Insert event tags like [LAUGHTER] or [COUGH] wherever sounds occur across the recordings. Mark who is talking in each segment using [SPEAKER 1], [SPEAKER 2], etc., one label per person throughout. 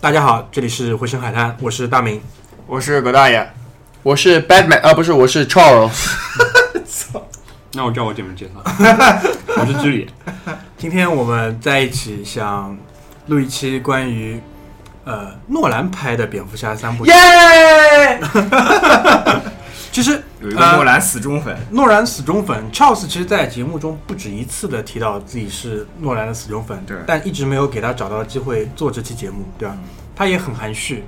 [SPEAKER 1] 大家好，这里是回声海滩，我是大明。
[SPEAKER 2] 我是葛大爷，我是 Batman 啊，不是，我是 Charles。
[SPEAKER 3] 那我知道我怎么介
[SPEAKER 4] [LAUGHS]
[SPEAKER 3] 绍，我是居里，
[SPEAKER 1] 今天我们在一起想录一期关于呃诺兰拍的蝙蝠侠三部曲。
[SPEAKER 2] 耶！
[SPEAKER 1] 其实呃
[SPEAKER 4] 有一个诺兰死忠粉，
[SPEAKER 1] 诺兰死忠粉 Charles 其实，在节目中不止一次的提到自己是诺兰的死忠粉，
[SPEAKER 4] 对嗯
[SPEAKER 1] 但一直没有给他找到机会做这期节目，对吧？他也很含蓄，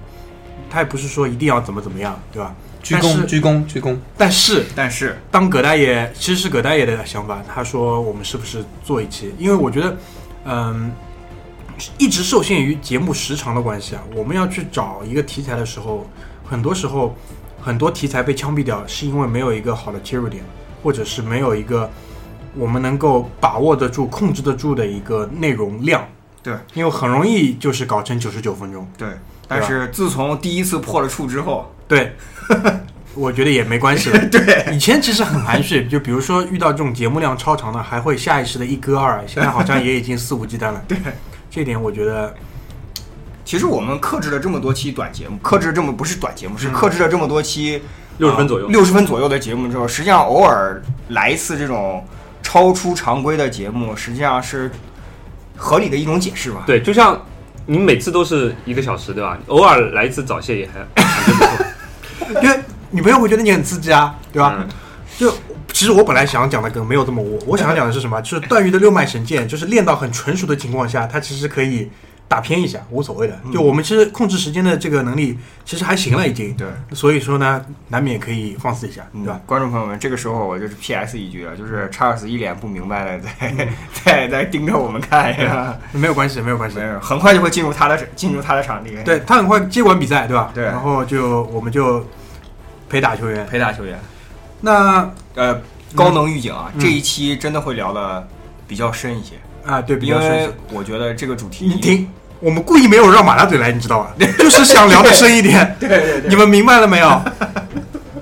[SPEAKER 1] 他也不是说一定要怎么怎么样，对吧？
[SPEAKER 2] 鞠
[SPEAKER 1] 但
[SPEAKER 2] 躬，
[SPEAKER 1] 是
[SPEAKER 2] 鞠躬，鞠躬。
[SPEAKER 1] 但是
[SPEAKER 4] 但是
[SPEAKER 1] 当葛大爷其实是葛大爷的想法，他说我们是不是做一期？因为我觉得，嗯，一直受限于节目时长的关系啊，我们要去找一个题材的时候，很多时候很多题材被枪毙掉，是因为没有一个好的切入点，或者是没有一个我们能够把握得住、控制得住的一个内容量。
[SPEAKER 4] 对，
[SPEAKER 1] 因为很容易就是搞成九十九分钟。
[SPEAKER 4] 对，但是自从第一次破了处之后，
[SPEAKER 1] 对， [LAUGHS] 我觉得也没关系了。对，以前其实很含蓄， [LAUGHS] 就比如说遇到这种节目量超长的，还会下意识的一割二，现在好像也已经肆无忌惮了。对，这一点我觉得
[SPEAKER 4] 其实我们克制了这么多期短节目，克制了这么不是短节目，是克制了这么多期
[SPEAKER 3] 六十分左右。
[SPEAKER 4] 啊六十分左右的节目之后，实际上偶尔来一次这种超出常规的节目，实际上是合理的一种解释吧。
[SPEAKER 3] 对，就像你每次都是一个小时，对吧？偶尔来一次早泄也还
[SPEAKER 1] 因为女朋友会觉得你很刺激啊，对吧？
[SPEAKER 3] 嗯
[SPEAKER 1] 就其实我本来想讲的梗没有这么窝，我想讲的是什么？就是段誉的六脉神剑，就是练到很纯熟的情况下，它其实可以打偏一下，无所谓的。就我们其实控制时间的这个能力，其实还行了已经。
[SPEAKER 4] 对，
[SPEAKER 1] 所以说呢，难免可以放肆一下，对
[SPEAKER 4] 嗯
[SPEAKER 1] 吧？，
[SPEAKER 4] 观众朋友们，这个时候我就是 PS 一句了，啊就是查尔斯一脸不明白的在 [LAUGHS] 在在盯着我们看呀，
[SPEAKER 1] 没有关系，没有关系
[SPEAKER 4] 没。有，很快就会进入他的进入他的场地，
[SPEAKER 1] 对他很快接管比赛，对吧？
[SPEAKER 4] 对
[SPEAKER 1] 然后就我们就陪打球员。
[SPEAKER 4] 陪打球员。
[SPEAKER 1] 那
[SPEAKER 4] 呃，高能预警啊，
[SPEAKER 1] 嗯
[SPEAKER 4] 这一期真的会聊的比较深一些，
[SPEAKER 1] 啊，对，比
[SPEAKER 4] 因
[SPEAKER 1] 较顺
[SPEAKER 4] 为
[SPEAKER 1] 手。
[SPEAKER 4] 我觉得这个主题
[SPEAKER 1] 你停，我们故意没有绕马大嘴来，你知道
[SPEAKER 4] [LAUGHS]
[SPEAKER 1] 吧？就是想聊的深一点。
[SPEAKER 4] 对对对，
[SPEAKER 1] 你们明白了没
[SPEAKER 4] [LAUGHS]
[SPEAKER 1] 有？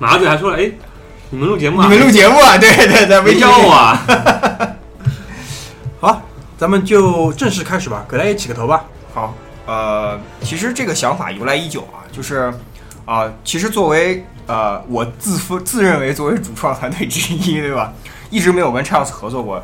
[SPEAKER 3] 马大嘴还说了，哎，你们录节目啊？
[SPEAKER 4] 你们录节目啊？对对对，
[SPEAKER 3] 没
[SPEAKER 4] 教
[SPEAKER 3] 教我啊？
[SPEAKER 1] 好，咱们就正式开始吧。葛大爷起个头吧。
[SPEAKER 4] 好，呃，其实这个想法由来已久啊，就是啊、其实作为呃我自负自认为作为主创团队之一，对吧？一直没有跟 Charles 合作过，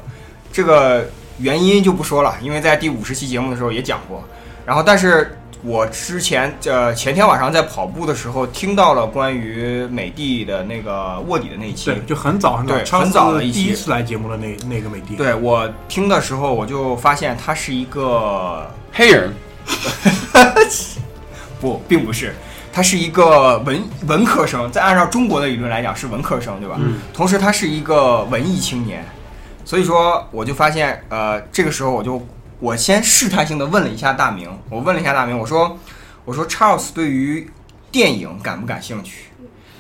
[SPEAKER 4] 这个原因就不说了，因为在第五十期节目的时候也讲过。然后，但是我之前呃前天晚上在跑步的时候听到了关于美的的那个卧底的那一期
[SPEAKER 1] 对，，就很早很早，
[SPEAKER 4] 对
[SPEAKER 1] 超
[SPEAKER 4] 很早的一期
[SPEAKER 1] 第一次来节目的那那个美嗯的。，
[SPEAKER 4] 对我听的时候我就发现它是一个
[SPEAKER 2] 黑人，
[SPEAKER 4] 不，并不是，他是一个文文科生，再按照中国的理论来讲是文科生，对吧？
[SPEAKER 3] 嗯。
[SPEAKER 4] 同时他是一个文艺青年，所以说我就发现，呃，这个时候我就我先试探性的问了一下大明，我问了一下大明，我说我说 Charles 对于电影感不感兴趣？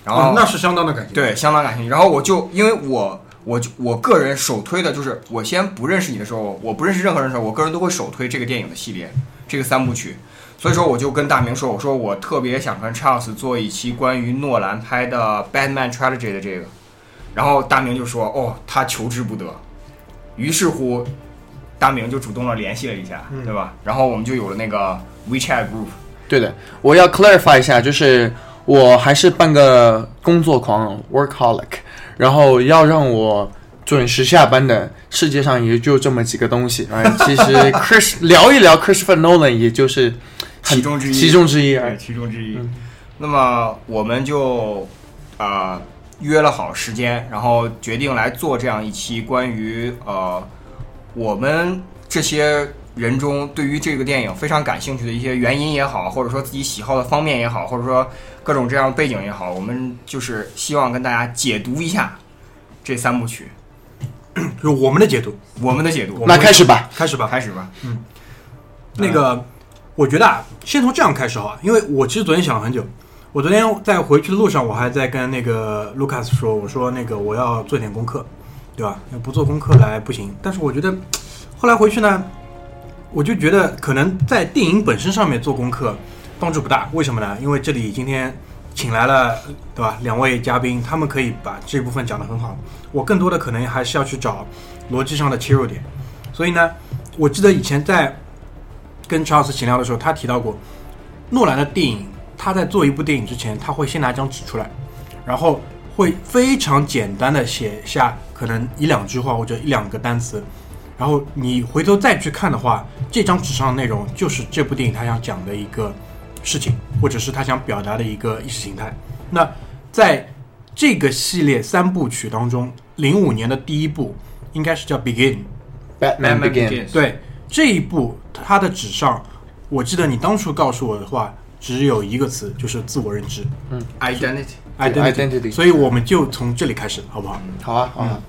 [SPEAKER 4] 然后、
[SPEAKER 1] 哦，那是相当的感觉。
[SPEAKER 4] 对，相当感兴趣。然后我就因为我我就我个人首推的就是，我先不认识你的时候，我不认识任何人的时候，我个人都会首推这个电影的系列，这个三部曲。所以说，我就跟大明说，我说我特别想跟 Charles 做一期关于诺兰拍的《Batman Trilogy》的这个。然后大明就说，哦，他求之不得。于是乎，大明就主动的联系了一下，对吧？然后我们就有了那个 WeChat group。
[SPEAKER 2] 对的，我要 clarify 一下，就是我还是半个工作狂 workaholic，然后要让我准时下班的世界上也就这么几个东西。哎，其实 Chris 聊一聊 Christopher Nolan，也就是很
[SPEAKER 4] 其中之一
[SPEAKER 2] 其中之一。
[SPEAKER 4] 对，
[SPEAKER 2] 哎
[SPEAKER 4] 其中之一。那么我们就呃约了好时间，然后决定来做这样一期关于呃我们这些人中对于这个电影非常感兴趣的一些原因也好，或者说自己喜好的方面也好，或者说各种这样的背景也好，我们就是希望跟大家解读一下这三部曲
[SPEAKER 1] 就我们的解读，
[SPEAKER 4] 我们的解读。
[SPEAKER 2] 那开始吧，
[SPEAKER 1] 开始吧。
[SPEAKER 4] 开始吧，
[SPEAKER 1] 那个，我觉得啊，先从这样开始好啊，因为我其实昨天想了很久，我昨天在回去的路上，我还在跟那个卢卡斯说，我说那个我要做点功课，对吧？不做功课来不行。但是我觉得，后来回去呢，我就觉得可能在电影本身上面做功课帮助不大，为什么呢？因为这里今天请来了，对吧？两位嘉宾，他们可以把这部分讲得很好，我更多的可能还是要去找逻辑上的切入点。所以呢，我记得以前在跟 Charles 闲聊的时候，他提到过，诺兰的电影，他在做一部电影之前，他会先拿张纸出来，然后会非常简单的写下可能一两句话或者一两个单词，然后你回头再去看的话，这张纸上的内容就是这部电影他想讲的一个事情，或者是他想表达的一个意识形态。那在这个系列三部曲当中，零五年的第一部应该是叫《Begin》，
[SPEAKER 2] Batman Begin，
[SPEAKER 1] 对这一部，它的纸上，我记得你当初告诉我的话，只有一个词，就是自我认知
[SPEAKER 4] Identity。
[SPEAKER 1] identity,
[SPEAKER 2] identity
[SPEAKER 1] 所以我们就从这里开始，好不好？
[SPEAKER 2] 好啊，好啊，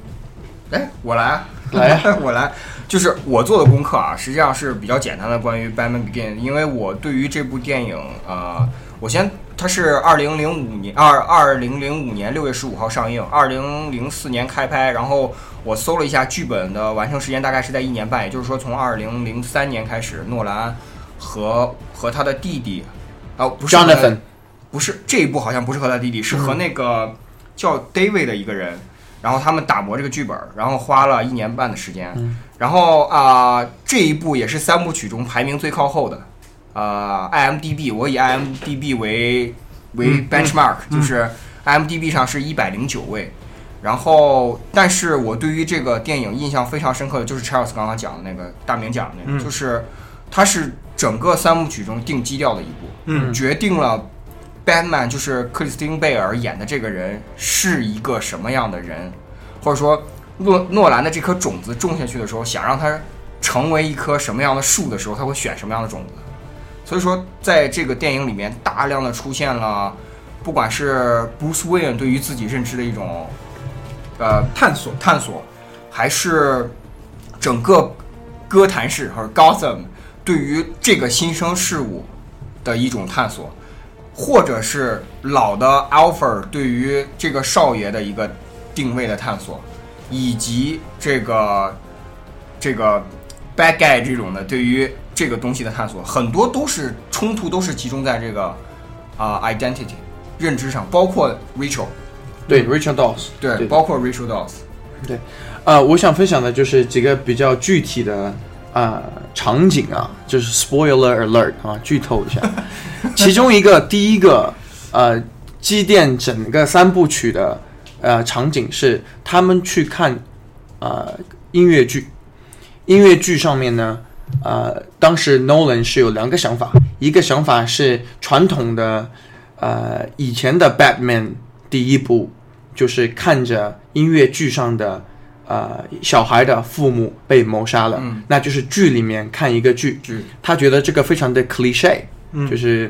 [SPEAKER 4] 哎，我来啊，
[SPEAKER 2] 来啊
[SPEAKER 4] [LAUGHS] 我来。就是我做的功课啊，实际上是比较简单的，关于《Batman Begin》，因为我对于这部电影，呃，我先，它是二零零五年二二零零五年六月十五号上映，二零零四年开拍，然后我搜了一下剧本的完成时间，大概是在一年半，也就是说从二零零三年开始，诺兰和和他的弟弟，啊、不是
[SPEAKER 2] Jonathan
[SPEAKER 4] 不是这一部好像不是和他弟弟，是
[SPEAKER 1] 嗯
[SPEAKER 4] 和那个叫 David 的一个人，然后他们打磨这个剧本，然后花了一年半的时间，
[SPEAKER 1] 嗯
[SPEAKER 4] 然后啊、这一部也是三部曲中排名最靠后的，呃，IMDB 我以 IMDB 为
[SPEAKER 1] 嗯
[SPEAKER 4] 为 benchmark，、就是 IMDB 上是一百零九位。然后，但是我对于这个电影印象非常深刻的就是 Charles 刚刚讲的那个大明讲的那个，
[SPEAKER 1] 嗯
[SPEAKER 4] 就是它是整个三部曲中定基调的一部，
[SPEAKER 1] 嗯
[SPEAKER 4] 决定了 Batman 就是克里斯汀贝尔演的这个人是一个什么样的人，或者说诺诺兰的这颗种子种下去的时候，想让它成为一棵什么样的树的时候，他会选什么样的种子。所以说，在这个电影里面，大量的出现了，不管是 Bruce Wayne 对于自己认知的一种，呃，
[SPEAKER 1] 探索
[SPEAKER 4] 探索，还是整个哥谭市或者 Gotham 对于这个新生事物的一种探索，或者是老的 Alfred 对于这个少爷的一个定位的探索，以及这个这个 Bad Guy 这种的对于这个东西的探索，很多都是冲突，都是集中在这个啊、identity 认知上，包括 Rachel，
[SPEAKER 2] 对 Richard Dawes，
[SPEAKER 4] 对，
[SPEAKER 2] 对
[SPEAKER 4] 包括 Rachel Dawes。
[SPEAKER 2] 呃，我想分享的就是几个比较具体的呃场景啊，就是 spoiler alert 啊，剧透一下。其中一个第一个呃祭奠整个三部曲的呃场景是他们去看呃音乐剧，音乐剧上面呢。呃，当时 Nolan 是有两个想法，一个想法是传统的，呃，以前的 Batman 第一部就是看着音乐剧上的呃小孩的父母被谋杀了，
[SPEAKER 4] 嗯
[SPEAKER 2] 那就是剧里面看一个剧，
[SPEAKER 4] 剧嗯
[SPEAKER 2] 他觉得这个非常的 cliche，、就是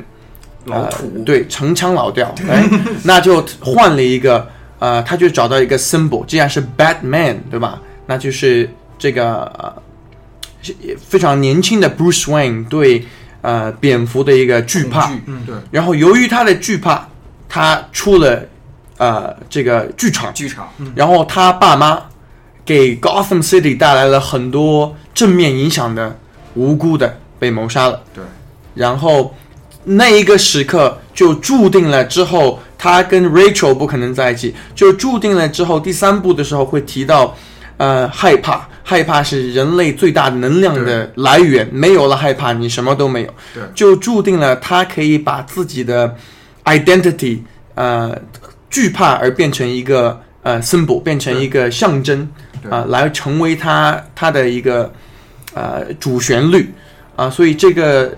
[SPEAKER 4] 老土
[SPEAKER 2] 呃、对陈腔老
[SPEAKER 4] [LAUGHS]
[SPEAKER 2] 调，哎，那就换了一个呃，他就找到一个 symbol，既然是 Batman 对吧？那就是这个呃是非常年轻的 Bruce Wayne 对呃蝙蝠的一个惧怕，嗯
[SPEAKER 4] 恐惧对，
[SPEAKER 2] 然后由于他的惧怕，他出了呃这个剧场，
[SPEAKER 4] 剧场，
[SPEAKER 2] 然后他爸妈给 Gotham City 带来了很多正面影响的无辜的被谋杀了。
[SPEAKER 4] 对，
[SPEAKER 2] 然后那一个时刻就注定了之后他跟 Rachel 不可能在一起，就注定了之后第三部的时候会提到，呃，害怕，害怕是人类最大能量的来源，没有了害怕，你什么都没有，
[SPEAKER 4] 对
[SPEAKER 2] 就注定了他可以把自己的 identity，呃，惧怕而变成一个呃 symbol，变成一个象征，
[SPEAKER 4] 对
[SPEAKER 2] 啊、来成为他他的一个呃主旋律啊、所以这个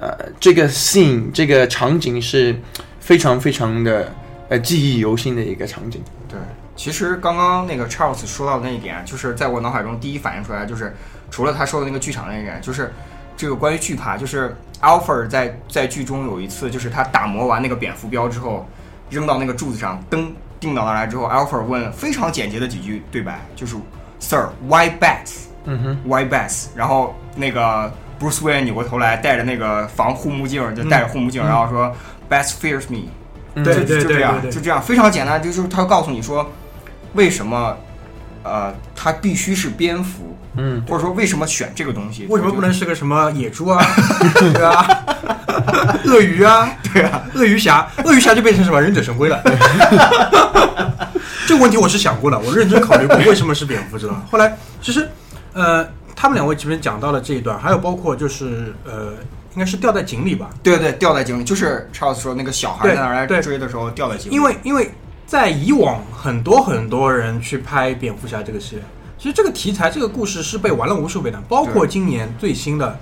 [SPEAKER 2] 呃这个 scene 这个场景是非常非常的呃记忆犹新的一个场景。
[SPEAKER 4] 对，其实刚刚那个 Charles 说到的那一点，就是在我脑海中第一反应出来，就是除了他说的那个剧场那一点，就是这个关于惧怕，就是 Alfred 在在剧中有一次，就是他打磨完那个蝙蝠镖之后，扔到那个柱子上，噔定到那儿来之后，Alfred 问非常简洁的几句对白，就是 Sir why bats？
[SPEAKER 2] 嗯哼，
[SPEAKER 4] Y Bass，然后那个 Bruce Wayne 扭过头来，戴着那个防护目镜，就戴着护目镜，然后说 Bass fears me，
[SPEAKER 1] 对
[SPEAKER 4] 嗯就
[SPEAKER 1] 对
[SPEAKER 4] 就这
[SPEAKER 1] 对
[SPEAKER 4] 样，
[SPEAKER 1] 对对
[SPEAKER 4] 就这样，非常简单，就就是他告诉你说为什么，呃，他必须是蝙蝠，
[SPEAKER 2] 嗯，
[SPEAKER 4] 或者说为什么选这个东西，
[SPEAKER 1] 为什么不
[SPEAKER 4] 我觉得
[SPEAKER 1] 能是个什么野猪 [LAUGHS] 啊？对啊，鳄鱼啊，对啊，鳄鱼侠，鳄鱼侠就变成什么忍者神龟了。 [LAUGHS] 这个问题我是想过的，我认真考虑过为什么是蝙蝠，知道吗？后来其实，呃，他们两位前面讲到了这一段，还有包括就是呃，应应该是掉在井里吧？
[SPEAKER 4] 对对，掉在井里，就是 Charles 说那个小孩在那儿来
[SPEAKER 1] 对对
[SPEAKER 4] 追的时候掉在井里，
[SPEAKER 1] 因为因为在以往很多很多人去拍蝙蝠侠这个系列，其实这个题材这个故事是被玩了无数倍的，包括今年最新的《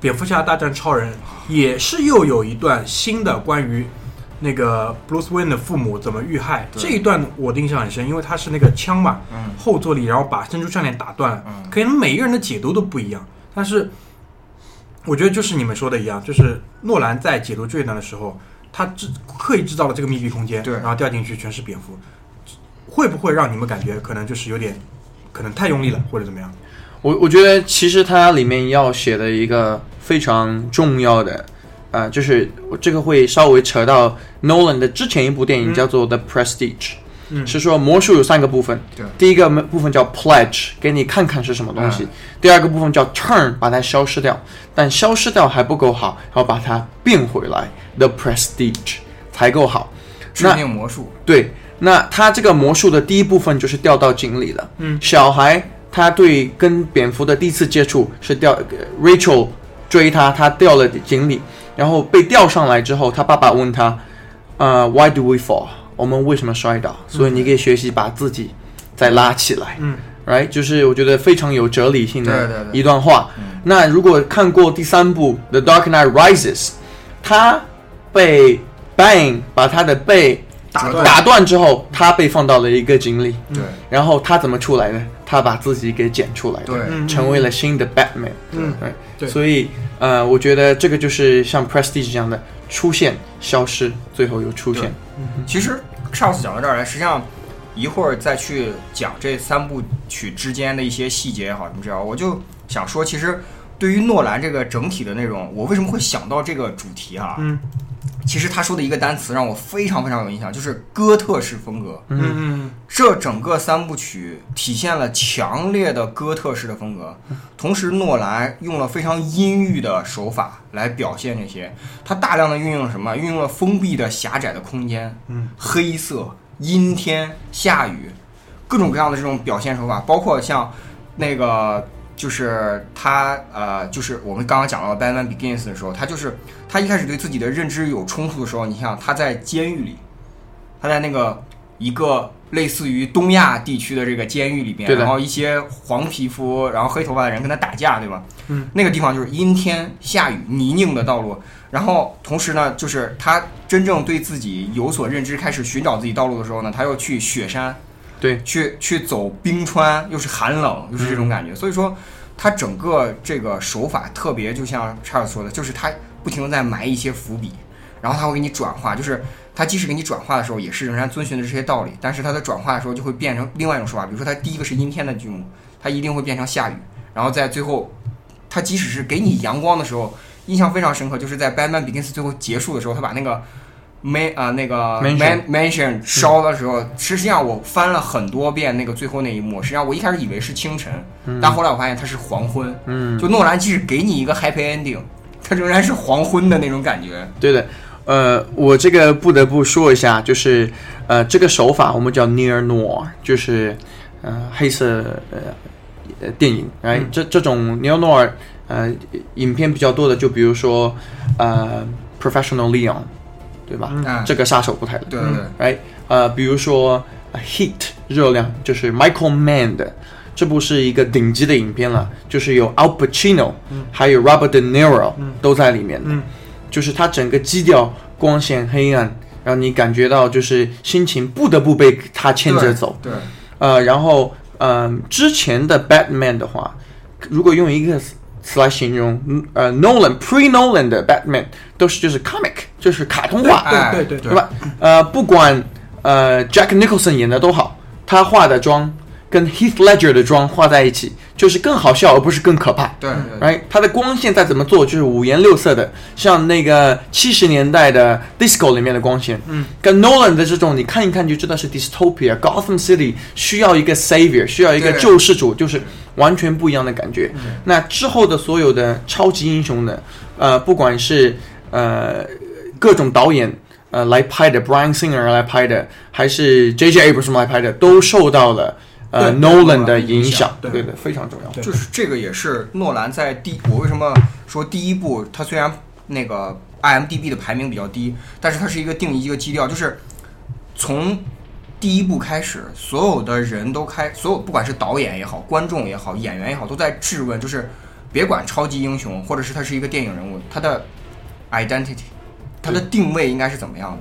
[SPEAKER 1] 蝙蝠侠大战超人》，也是又有一段新的关于。那个 Bruce Wayne 的父母怎么遇害
[SPEAKER 4] 对
[SPEAKER 1] 这一段我的印象很深，因为他是那个枪嘛，
[SPEAKER 4] 嗯
[SPEAKER 1] 后坐力，然后把珍珠项链打断了。
[SPEAKER 4] 嗯
[SPEAKER 1] 可能每一个人的解读都不一样，但是我觉得就是你们说的一样，就是诺兰在解读这一段的时候，他制刻意制造了这个密闭空间，
[SPEAKER 4] 对
[SPEAKER 1] 然后掉进去全是蝙蝠，会不会让你们感觉可能就是有点可能太用力了，或者怎么样？
[SPEAKER 2] 我我觉得其实它里面要写的一个非常重要的，啊、就是这个会稍微扯到 Nolan 的之前一部电影叫做《The Prestige》，
[SPEAKER 1] 嗯
[SPEAKER 2] 是说魔术有三个部分
[SPEAKER 4] 对，
[SPEAKER 2] 第一个部分叫 Pledge，给你看看是什么东西；第二个部分叫 Turn，把它消失掉，但消失掉还不够好，要把它变回来，The Prestige 才够好。
[SPEAKER 4] 致命魔术，
[SPEAKER 2] 对，那他这个魔术的第一部分就是掉到井里了。嗯，小孩他对跟蝙蝠的第一次接触是掉呃，Rachel 追他，他掉了井里，然后被吊上来之后，他爸爸问他，呃，Why do we fall？我们为什么摔倒？所以你可以学习把自己再拉起来。
[SPEAKER 1] 嗯
[SPEAKER 2] ，right，就是我觉得非常有哲理性
[SPEAKER 4] 对对
[SPEAKER 2] 的
[SPEAKER 4] 对嗯
[SPEAKER 2] 一段话。那如果看过第三部《The Dark Knight Rises》，他被 Bang 把他的背
[SPEAKER 4] 打断
[SPEAKER 2] 打断之后，他被放到了一个井里，
[SPEAKER 4] 对
[SPEAKER 1] 嗯
[SPEAKER 2] 然后他怎么出来呢？他把自己给剪出来的，
[SPEAKER 4] 对
[SPEAKER 1] 嗯
[SPEAKER 2] 成为了新的 Batman。
[SPEAKER 1] 嗯，
[SPEAKER 2] 对，
[SPEAKER 1] 对
[SPEAKER 2] 所以呃，我觉得这个就是像 Prestige 这样的出现、消失，最后又出现。
[SPEAKER 4] 其实上次讲到这儿来，实际上一会儿再去讲这三部曲之间的一些细节也好，什么这样，我就想说，其实对于诺兰这个整体的那种，我为什么会想到这个主题啊？
[SPEAKER 1] 嗯，
[SPEAKER 4] 其实他说的一个单词让我非常非常有印象，就是哥特式风格。
[SPEAKER 1] 嗯嗯
[SPEAKER 4] 这整个三部曲体现了强烈的哥特式的风格，同时诺兰用了非常阴郁的手法来表现这些。他大量的运用了什么？运用了封闭的狭窄的空间，
[SPEAKER 1] 嗯，
[SPEAKER 4] 黑色、阴天、下雨，各种各样的这种表现手法，包括像那个就是他呃，就是我们刚刚讲到《Batman Begins》的时候，他就是他一开始对自己的认知有冲突的时候，你像他在监狱里，他在那个一个类似于东亚地区的这个监狱里边，
[SPEAKER 2] 对的
[SPEAKER 4] 然后一些黄皮肤然后黑头发的人跟他打架，对吧？
[SPEAKER 1] 嗯，
[SPEAKER 4] 那个地方就是阴天、下雨、泥泞的道路，然后同时呢，就是他真正对自己有所认知，开始寻找自己道路的时候呢，他又去雪山，
[SPEAKER 2] 对，
[SPEAKER 4] 去去走冰川，又是寒冷，又是这种感觉。所以说，他整个这个手法特别，就像查尔斯说的，就是他不停的在埋一些伏笔，然后他会给你转化，就是他即使给你转化的时候，也是仍然遵循着这些道理，但是他的转化的时候就会变成另外一种说法，比如说他第一个是阴天的剧目，它一定会变成下雨，然后在最后，他即使是给你阳光的时候，印象非常深刻，就是在《Batman Begins》最后结束的时候，他把那个 man 啊、那个
[SPEAKER 2] Mansion 嗯
[SPEAKER 4] man mansion 烧的时候，实际上我翻了很多遍那个最后那一幕，实际上我一开始以为是清晨，但后来我发现它是黄昏，
[SPEAKER 2] 嗯，
[SPEAKER 4] 就诺兰即使给你一个 happy ending，它仍然是黄昏的那种感觉，
[SPEAKER 2] 对的。呃，我这个不得不说一下，就是呃，这个手法我们叫 near noir，就是呃黑色呃呃电影，哎、这这种 near noir 呃影片比较多的，就比如说呃 Professional Leon，对吧？
[SPEAKER 4] 嗯
[SPEAKER 2] 这个杀手不太冷，
[SPEAKER 4] 对对对。
[SPEAKER 2] 哎呃，比如说呃 Heat 热量，就是 Michael Mann 的。这部是一个顶级的影片了，就是有 Al Pacino，、还有 Robert De Niro、都在里面的。
[SPEAKER 1] 嗯
[SPEAKER 2] 就是它整个基调光线黑暗，让你感觉到就是心情不得不被它牵着走。
[SPEAKER 4] 对，
[SPEAKER 2] 呃，然后呃，之前的 Batman 的话，如果用一个词词来形容，嗯呃，Nolan pre Nolan 的 Batman 都是就是 comic，就是卡通化。
[SPEAKER 4] 哎
[SPEAKER 1] 对对对
[SPEAKER 2] 对吧？呃，不管呃 Jack Nicholson 演的多好，他化的妆跟 Heath Ledger 的妆化在一起，就是更好笑，而不是更可怕。
[SPEAKER 4] 对对对，
[SPEAKER 2] right，它的光线再怎么做，就是五颜六色的，像那个七十年代的 disco 里面的光线，嗯，跟 Nolan 的这种，你看一看就知道是 dystopia。Gotham City 需要一个 savior，需要一个
[SPEAKER 4] 对
[SPEAKER 2] 救世主，就是完全不一样的感觉。那之后的所有的超级英雄的，呃，不管是呃各种导演。呃，来拍的 Brian Singer 来拍的，还是 J.J. Abrams 来拍的，都受到了呃
[SPEAKER 1] 对
[SPEAKER 2] Nolan 的
[SPEAKER 4] 影
[SPEAKER 2] 影
[SPEAKER 4] 响
[SPEAKER 2] 响，
[SPEAKER 1] 对
[SPEAKER 2] 对的，非常重要。
[SPEAKER 1] 对
[SPEAKER 4] 就是这个也是诺兰在第，我为什么说第一部他虽然那个 IMDB 的排名比较低，但是它是一个定义一个基调，就是从第一部开始，所有的人都开，所有不管是导演也好，观众也好，演员也好，都在质问，就是别管超级英雄，或者是他是一个电影人物，他的 identity，他的定位应该是怎么样的？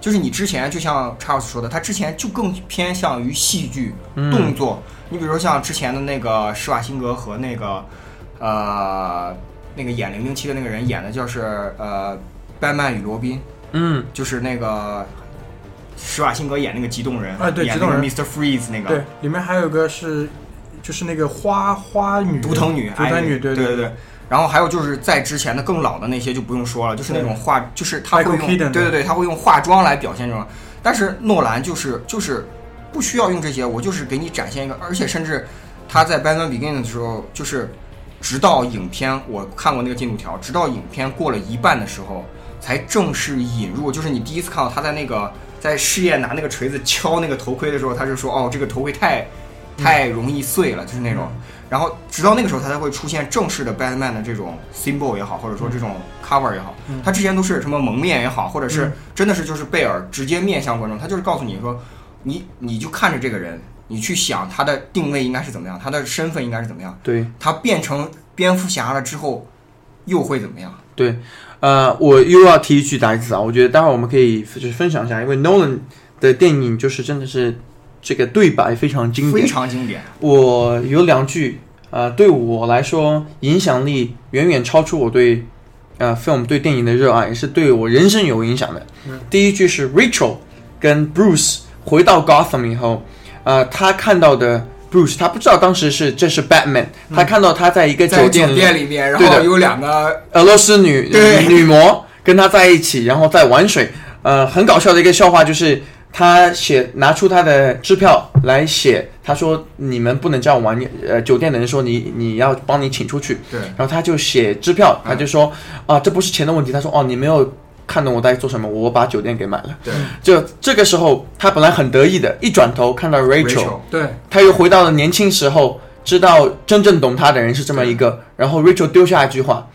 [SPEAKER 4] 就是你之前就像 Charles 说的，他之前就更偏向于戏剧、
[SPEAKER 1] 嗯
[SPEAKER 2] 嗯
[SPEAKER 4] 动作。你比如说像之前的那个施瓦辛格和那个呃那个演零零七的那个人演的就是呃《班曼与罗宾》，
[SPEAKER 2] 嗯，
[SPEAKER 4] 就是那个施瓦辛格演那个激动人，
[SPEAKER 1] 啊对
[SPEAKER 4] 演
[SPEAKER 1] 极冻
[SPEAKER 4] 那
[SPEAKER 1] 人
[SPEAKER 4] 个 Mr. Freeze 那个，
[SPEAKER 1] 对，里面还有个是，就是那个花花女、
[SPEAKER 4] 独藤女、
[SPEAKER 1] 嗯独藤女，
[SPEAKER 4] Ivy，对
[SPEAKER 1] 对
[SPEAKER 4] 对然后还有就是在之前的更老的那些就不用说了，就是那种化，就是他会
[SPEAKER 1] Michael
[SPEAKER 4] 用，对
[SPEAKER 1] Keaton
[SPEAKER 4] 对对，他会用化妆来表现这种。但是诺兰就是就是不需要用这些，我就是给你展现一个，而且甚至他在《Batman Begin》的时候，就是直到影片我看过那个进度条，直到影片过了一半的时候，才正式引入，就是你第一次看到他在那个在试验拿那个锤子敲那个头盔的时候，他就说哦，这个头盔太太容易碎了，就是那种。然后直到那个时候，它才会出现正式的 Batman 的这种 symbol 也好，或者说这种 cover 也好。它之前都是什么蒙面也好，或者是真的是就是贝尔直接面向观众，他就是告诉你说，你你就看着这个人，你去想他的定位应该是怎么样，他的身份应该是怎么样，
[SPEAKER 2] 对
[SPEAKER 4] 他变成蝙蝠侠了之后又会怎么样？
[SPEAKER 2] 对，呃，我又要提一句台词啊，我觉得待会儿我们可以就是分享一下，因为 Nolan 的电影就是真的是这个对白非常经典
[SPEAKER 4] 非，常经典。
[SPEAKER 2] 我有两句，呃，对我来说影响力远远超出我对呃 film 对电影的热爱，也是对我人生有影响的。
[SPEAKER 4] 嗯
[SPEAKER 2] 第一句是 Rachel 跟 Bruce 回到 Gotham 以后，呃，他看到的 Bruce，他不知道当时是这是 Batman，、他看到他在一个
[SPEAKER 4] 嗯在
[SPEAKER 2] 酒
[SPEAKER 4] 酒
[SPEAKER 2] 店里，
[SPEAKER 4] 店里面，然
[SPEAKER 2] 对
[SPEAKER 4] 后
[SPEAKER 2] 的
[SPEAKER 4] 有两个
[SPEAKER 2] 俄罗斯女
[SPEAKER 4] 对
[SPEAKER 2] 女魔跟他在一起，然后在玩水。呃，很搞笑的一个笑话就是，他写拿出他的支票来写，他说你们不能这样玩，呃，酒店的人说你你要帮你请出去，
[SPEAKER 4] 对
[SPEAKER 2] 然后他就写支票，他就说
[SPEAKER 4] 嗯
[SPEAKER 2] 啊，这不是钱的问题，他说哦，你没有看懂我在做什么，我把酒店给买了。
[SPEAKER 4] 对
[SPEAKER 2] 就这个时候，他本来很得意的，一转头看到 Rachel，
[SPEAKER 4] Rachel，
[SPEAKER 1] 对
[SPEAKER 2] 他又回到了年轻时候，知道真正懂他的人是这么一个。然后 Rachel 丢下一句话：“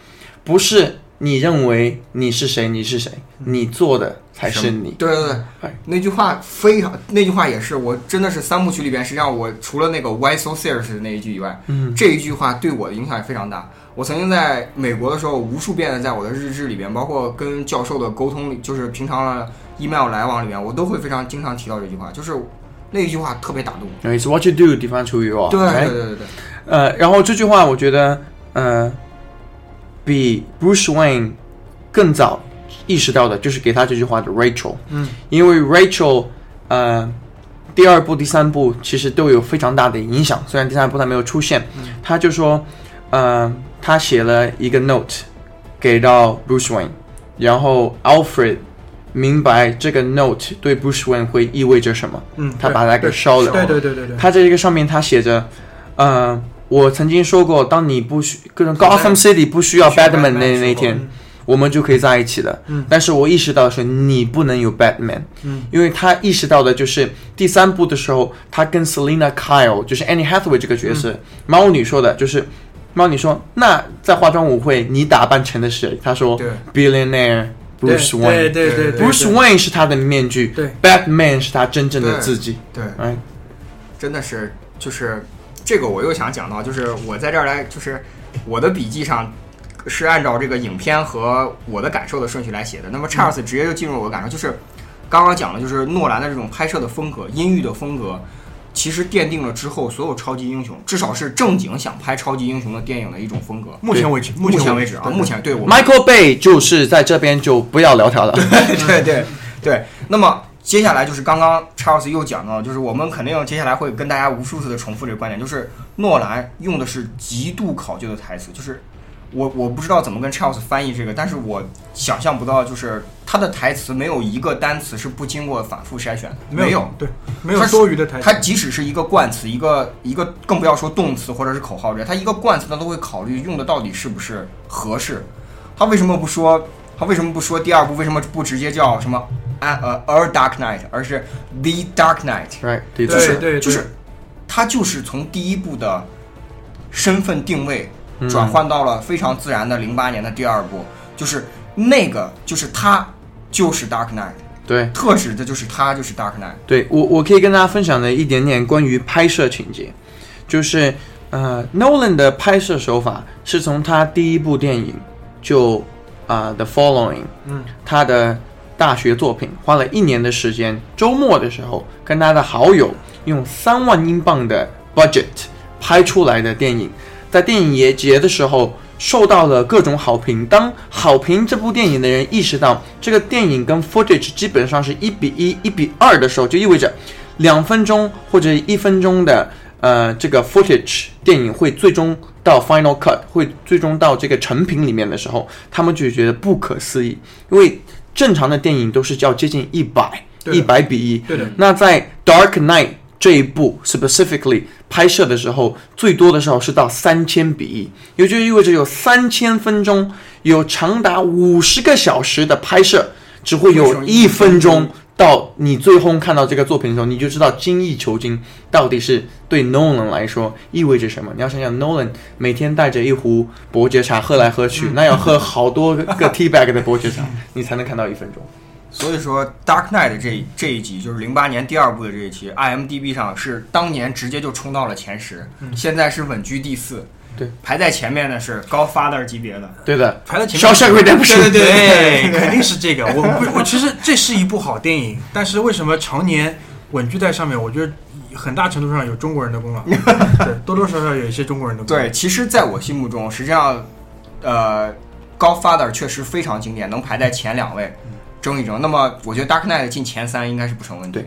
[SPEAKER 2] 不是你认为你是谁，你是谁，你做的才是你。
[SPEAKER 4] 对对对
[SPEAKER 2] 哎，
[SPEAKER 4] 那句话非常，那句话也是我真的是三部曲里边，实际上我除了那个 Why so serious 那一句以外，嗯，这一句话对我的影响也非常大。我曾经在美国的时候，无数遍的在我的日志里边，包括跟教授的沟通里，就是平常的 email 来往里面，我都会非常经常提到这句话，就是那一句话特别打动我。
[SPEAKER 2] 然后 It's what you do defines who you are。
[SPEAKER 4] 对
[SPEAKER 2] right？
[SPEAKER 4] 对对对对，
[SPEAKER 2] 呃，然后这句话我觉得，呃，比 Bruce Wayne 更早意识到的就是给他这句话的 Rachel。嗯，因为 Rachel，呃，第二部、第三部其实都有非常大的影响，虽然第三部他没有出现，
[SPEAKER 1] 嗯
[SPEAKER 2] 他就说，呃，他写了一个 note 给到 Bruce Wayne，然后 Alfred。明白这个 note 对 Bruce Wayne 会意味着什么？
[SPEAKER 1] 嗯
[SPEAKER 2] 他
[SPEAKER 1] 对
[SPEAKER 2] 把它给
[SPEAKER 1] 对
[SPEAKER 2] 烧了。
[SPEAKER 1] 对对对对对，
[SPEAKER 2] 它在这个上面它写着，呃，我曾经说过，当你不需各种 Gotham City 不需要
[SPEAKER 4] 不需要
[SPEAKER 2] Batman 那
[SPEAKER 4] Batman 的时候
[SPEAKER 2] 那天，我们就可以在一起了。
[SPEAKER 1] 嗯
[SPEAKER 2] 但是我意识到的是你不能有 Batman，
[SPEAKER 1] 嗯，
[SPEAKER 2] 因为他意识到的就是第三部的时候，他跟 Selina Kyle 就是 Annie Hathaway 这个角色、猫女说的，就是猫女说，那在化妆舞会你打扮成的谁？她说
[SPEAKER 4] 对
[SPEAKER 2] Billionaire
[SPEAKER 1] 对
[SPEAKER 2] Bruce Wayne。
[SPEAKER 1] 对对对对
[SPEAKER 2] Bruce Wayne 啊是他啊的面具
[SPEAKER 1] 对
[SPEAKER 2] ，Batman 是他真正的
[SPEAKER 4] 对
[SPEAKER 2] 自己。
[SPEAKER 4] 对
[SPEAKER 2] 哎，
[SPEAKER 4] 真的是就是这个，我又想讲到，就是我在这儿来，就是我的笔记上是按照这个影片和我的感受的顺序来写的。那么 Charles 直接就进入我的感受，就是刚刚讲的，就是诺兰的这种拍摄的风格、阴郁的风格，其实奠定了之后所有超级英雄，至少是正经想拍超级英雄的电影的一种风格。
[SPEAKER 1] 目前为止，
[SPEAKER 4] 目前
[SPEAKER 1] 前
[SPEAKER 4] 为
[SPEAKER 1] 为
[SPEAKER 4] 止啊，目前对我们
[SPEAKER 2] Michael Bay 就是在这边就不要聊他了。
[SPEAKER 4] [LAUGHS] 对对对。那么接下来就是刚刚 Charles 又讲到，就是我们肯定接下来会跟大家无数次的重复这个观点，就是诺兰用的是极度考究的台词，就是我我不知道怎么跟 Charles 翻译这个，但是我想象不到，就是他的台词没有一个单词是不经过反复筛选的，
[SPEAKER 1] 没
[SPEAKER 4] 啊没有。
[SPEAKER 1] 对没有
[SPEAKER 4] 它是
[SPEAKER 1] 多余的台词
[SPEAKER 4] 它，即使是一个冠词，一个一个更不要说动词或者是口号这，它一个冠词它都会考虑用的到底是不是合适。他为什么不说？他为什么不说第二部？为什么不直接叫什么啊呃 A Dark Knight，而是 The Dark Knight？
[SPEAKER 2] right，对
[SPEAKER 1] 对
[SPEAKER 4] 就是
[SPEAKER 1] 对
[SPEAKER 4] 就是，他就是从第一部的
[SPEAKER 1] 嗯
[SPEAKER 4] 身份定位转换到了非常自然的零八年的第二部，就是那个就是他就是 Dark Knight，
[SPEAKER 2] 对
[SPEAKER 4] 特指的就是他就是 Dark Knight。
[SPEAKER 2] 对，我我可以跟大家分享的一点点关于拍摄情节，就是呃，Nolan 的拍摄手法是从他第一部电影就啊、The Following，
[SPEAKER 1] 嗯，
[SPEAKER 2] 他的大学作品花了一年的时间，周末的时候跟他的好友用三万英镑的 budget 拍出来的电影，在电影节节的时候受到了各种好评。当好评这部电影的人意识到这个电影跟 footage 基本上是一比一、一比二的时候，就意味着两分钟或者一分钟的呃这个 footage 电影会最终到 final cut 会最终到这个成品里面的时候，他们就觉得不可思议，因为正常的电影都是要接近一百
[SPEAKER 1] 对的
[SPEAKER 2] 一百比一，
[SPEAKER 1] 对的，
[SPEAKER 2] 那在《Dark Knight》这一部 specifically 拍摄的时候，最多的时候是到三千比一，也就意味着有三千分钟，有长达五十个小时的拍摄，只会有一分钟。到你最后看到这个作品的时候，你就知道精益求精到底是对 Nolan 来说意味着什么。你要想想，Nolan 每天带着一壶伯爵茶喝来喝
[SPEAKER 1] [LAUGHS]
[SPEAKER 2] 去，那要喝好多个 [LAUGHS] tea bag 的伯爵茶，你才能看到一分钟。
[SPEAKER 4] 所以说，《Dark Knight》这一这一集就是零八年第二部的这一期，IMDB 上是当年直接就冲到了前十，现在是稳居第四。
[SPEAKER 2] 嗯对，
[SPEAKER 4] 排在前面的是高 father 级别的，
[SPEAKER 2] 对的，
[SPEAKER 1] 排在前面。
[SPEAKER 2] 肖申克redemption [LAUGHS]
[SPEAKER 1] 对
[SPEAKER 4] 对
[SPEAKER 1] 肯定是这个。我不是，我其实这是一部好电影，但是为什么常年稳居在上面？我觉得很大程度上有中国人的功劳，对，多多少少有一些中国人的功劳。
[SPEAKER 4] 对，其实在我心目中，实际上，呃，高 father 确实非常经典，能排在前两位，
[SPEAKER 2] 嗯
[SPEAKER 4] 争一争。那么，我觉得《Dark Knight》进前三应该是不成问题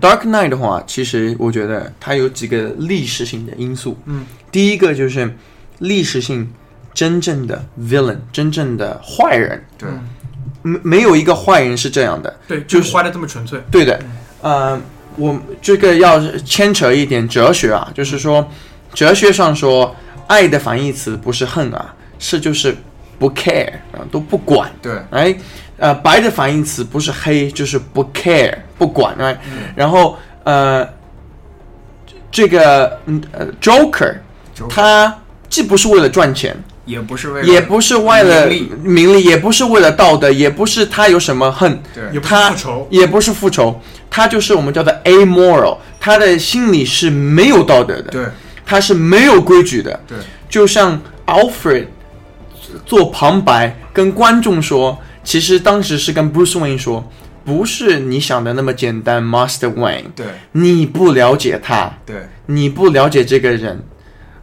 [SPEAKER 4] 的。
[SPEAKER 2] Dark Knight 的话，其实我觉得它有几个历史性的因素。
[SPEAKER 1] 嗯，
[SPEAKER 2] 第一个就是历史性，真正的 villain，真正的坏人，嗯
[SPEAKER 4] 对，
[SPEAKER 2] 没没有一个坏人是这样的。
[SPEAKER 1] 对，
[SPEAKER 2] 就
[SPEAKER 1] 就是是花的这么纯粹。
[SPEAKER 2] 对的，呃，我这个要牵扯一点哲学啊，就是说，哲学上说，爱的反义词不是恨啊，是就是不 care 啊，都不管。
[SPEAKER 4] 对，
[SPEAKER 2] 哎，呃，白的反义词不是黑就是不 care 不管，right？、然
[SPEAKER 4] 嗯
[SPEAKER 2] 后呃，这个嗯呃 Joker，
[SPEAKER 4] Joker
[SPEAKER 2] 他既不是为了赚钱，
[SPEAKER 4] 也不是为了
[SPEAKER 2] 也不是为了
[SPEAKER 4] 名利
[SPEAKER 2] 名利，也不是为了道德，也不是他有什么恨，
[SPEAKER 4] 对
[SPEAKER 1] 也不是
[SPEAKER 2] 他
[SPEAKER 1] 复仇
[SPEAKER 2] 也不是复仇，他就是我们叫做 amoral，他的心里是没有道德的，
[SPEAKER 4] 对
[SPEAKER 2] 他是没有规矩的，
[SPEAKER 4] 对
[SPEAKER 2] 就像 Alfred 做旁白跟观众说，其实当时是跟 Bruce Wayne 说，不是你想的那么简单，Master Wayne，
[SPEAKER 4] 对
[SPEAKER 2] 你不了解他，
[SPEAKER 4] 对
[SPEAKER 2] 你不了解这个人，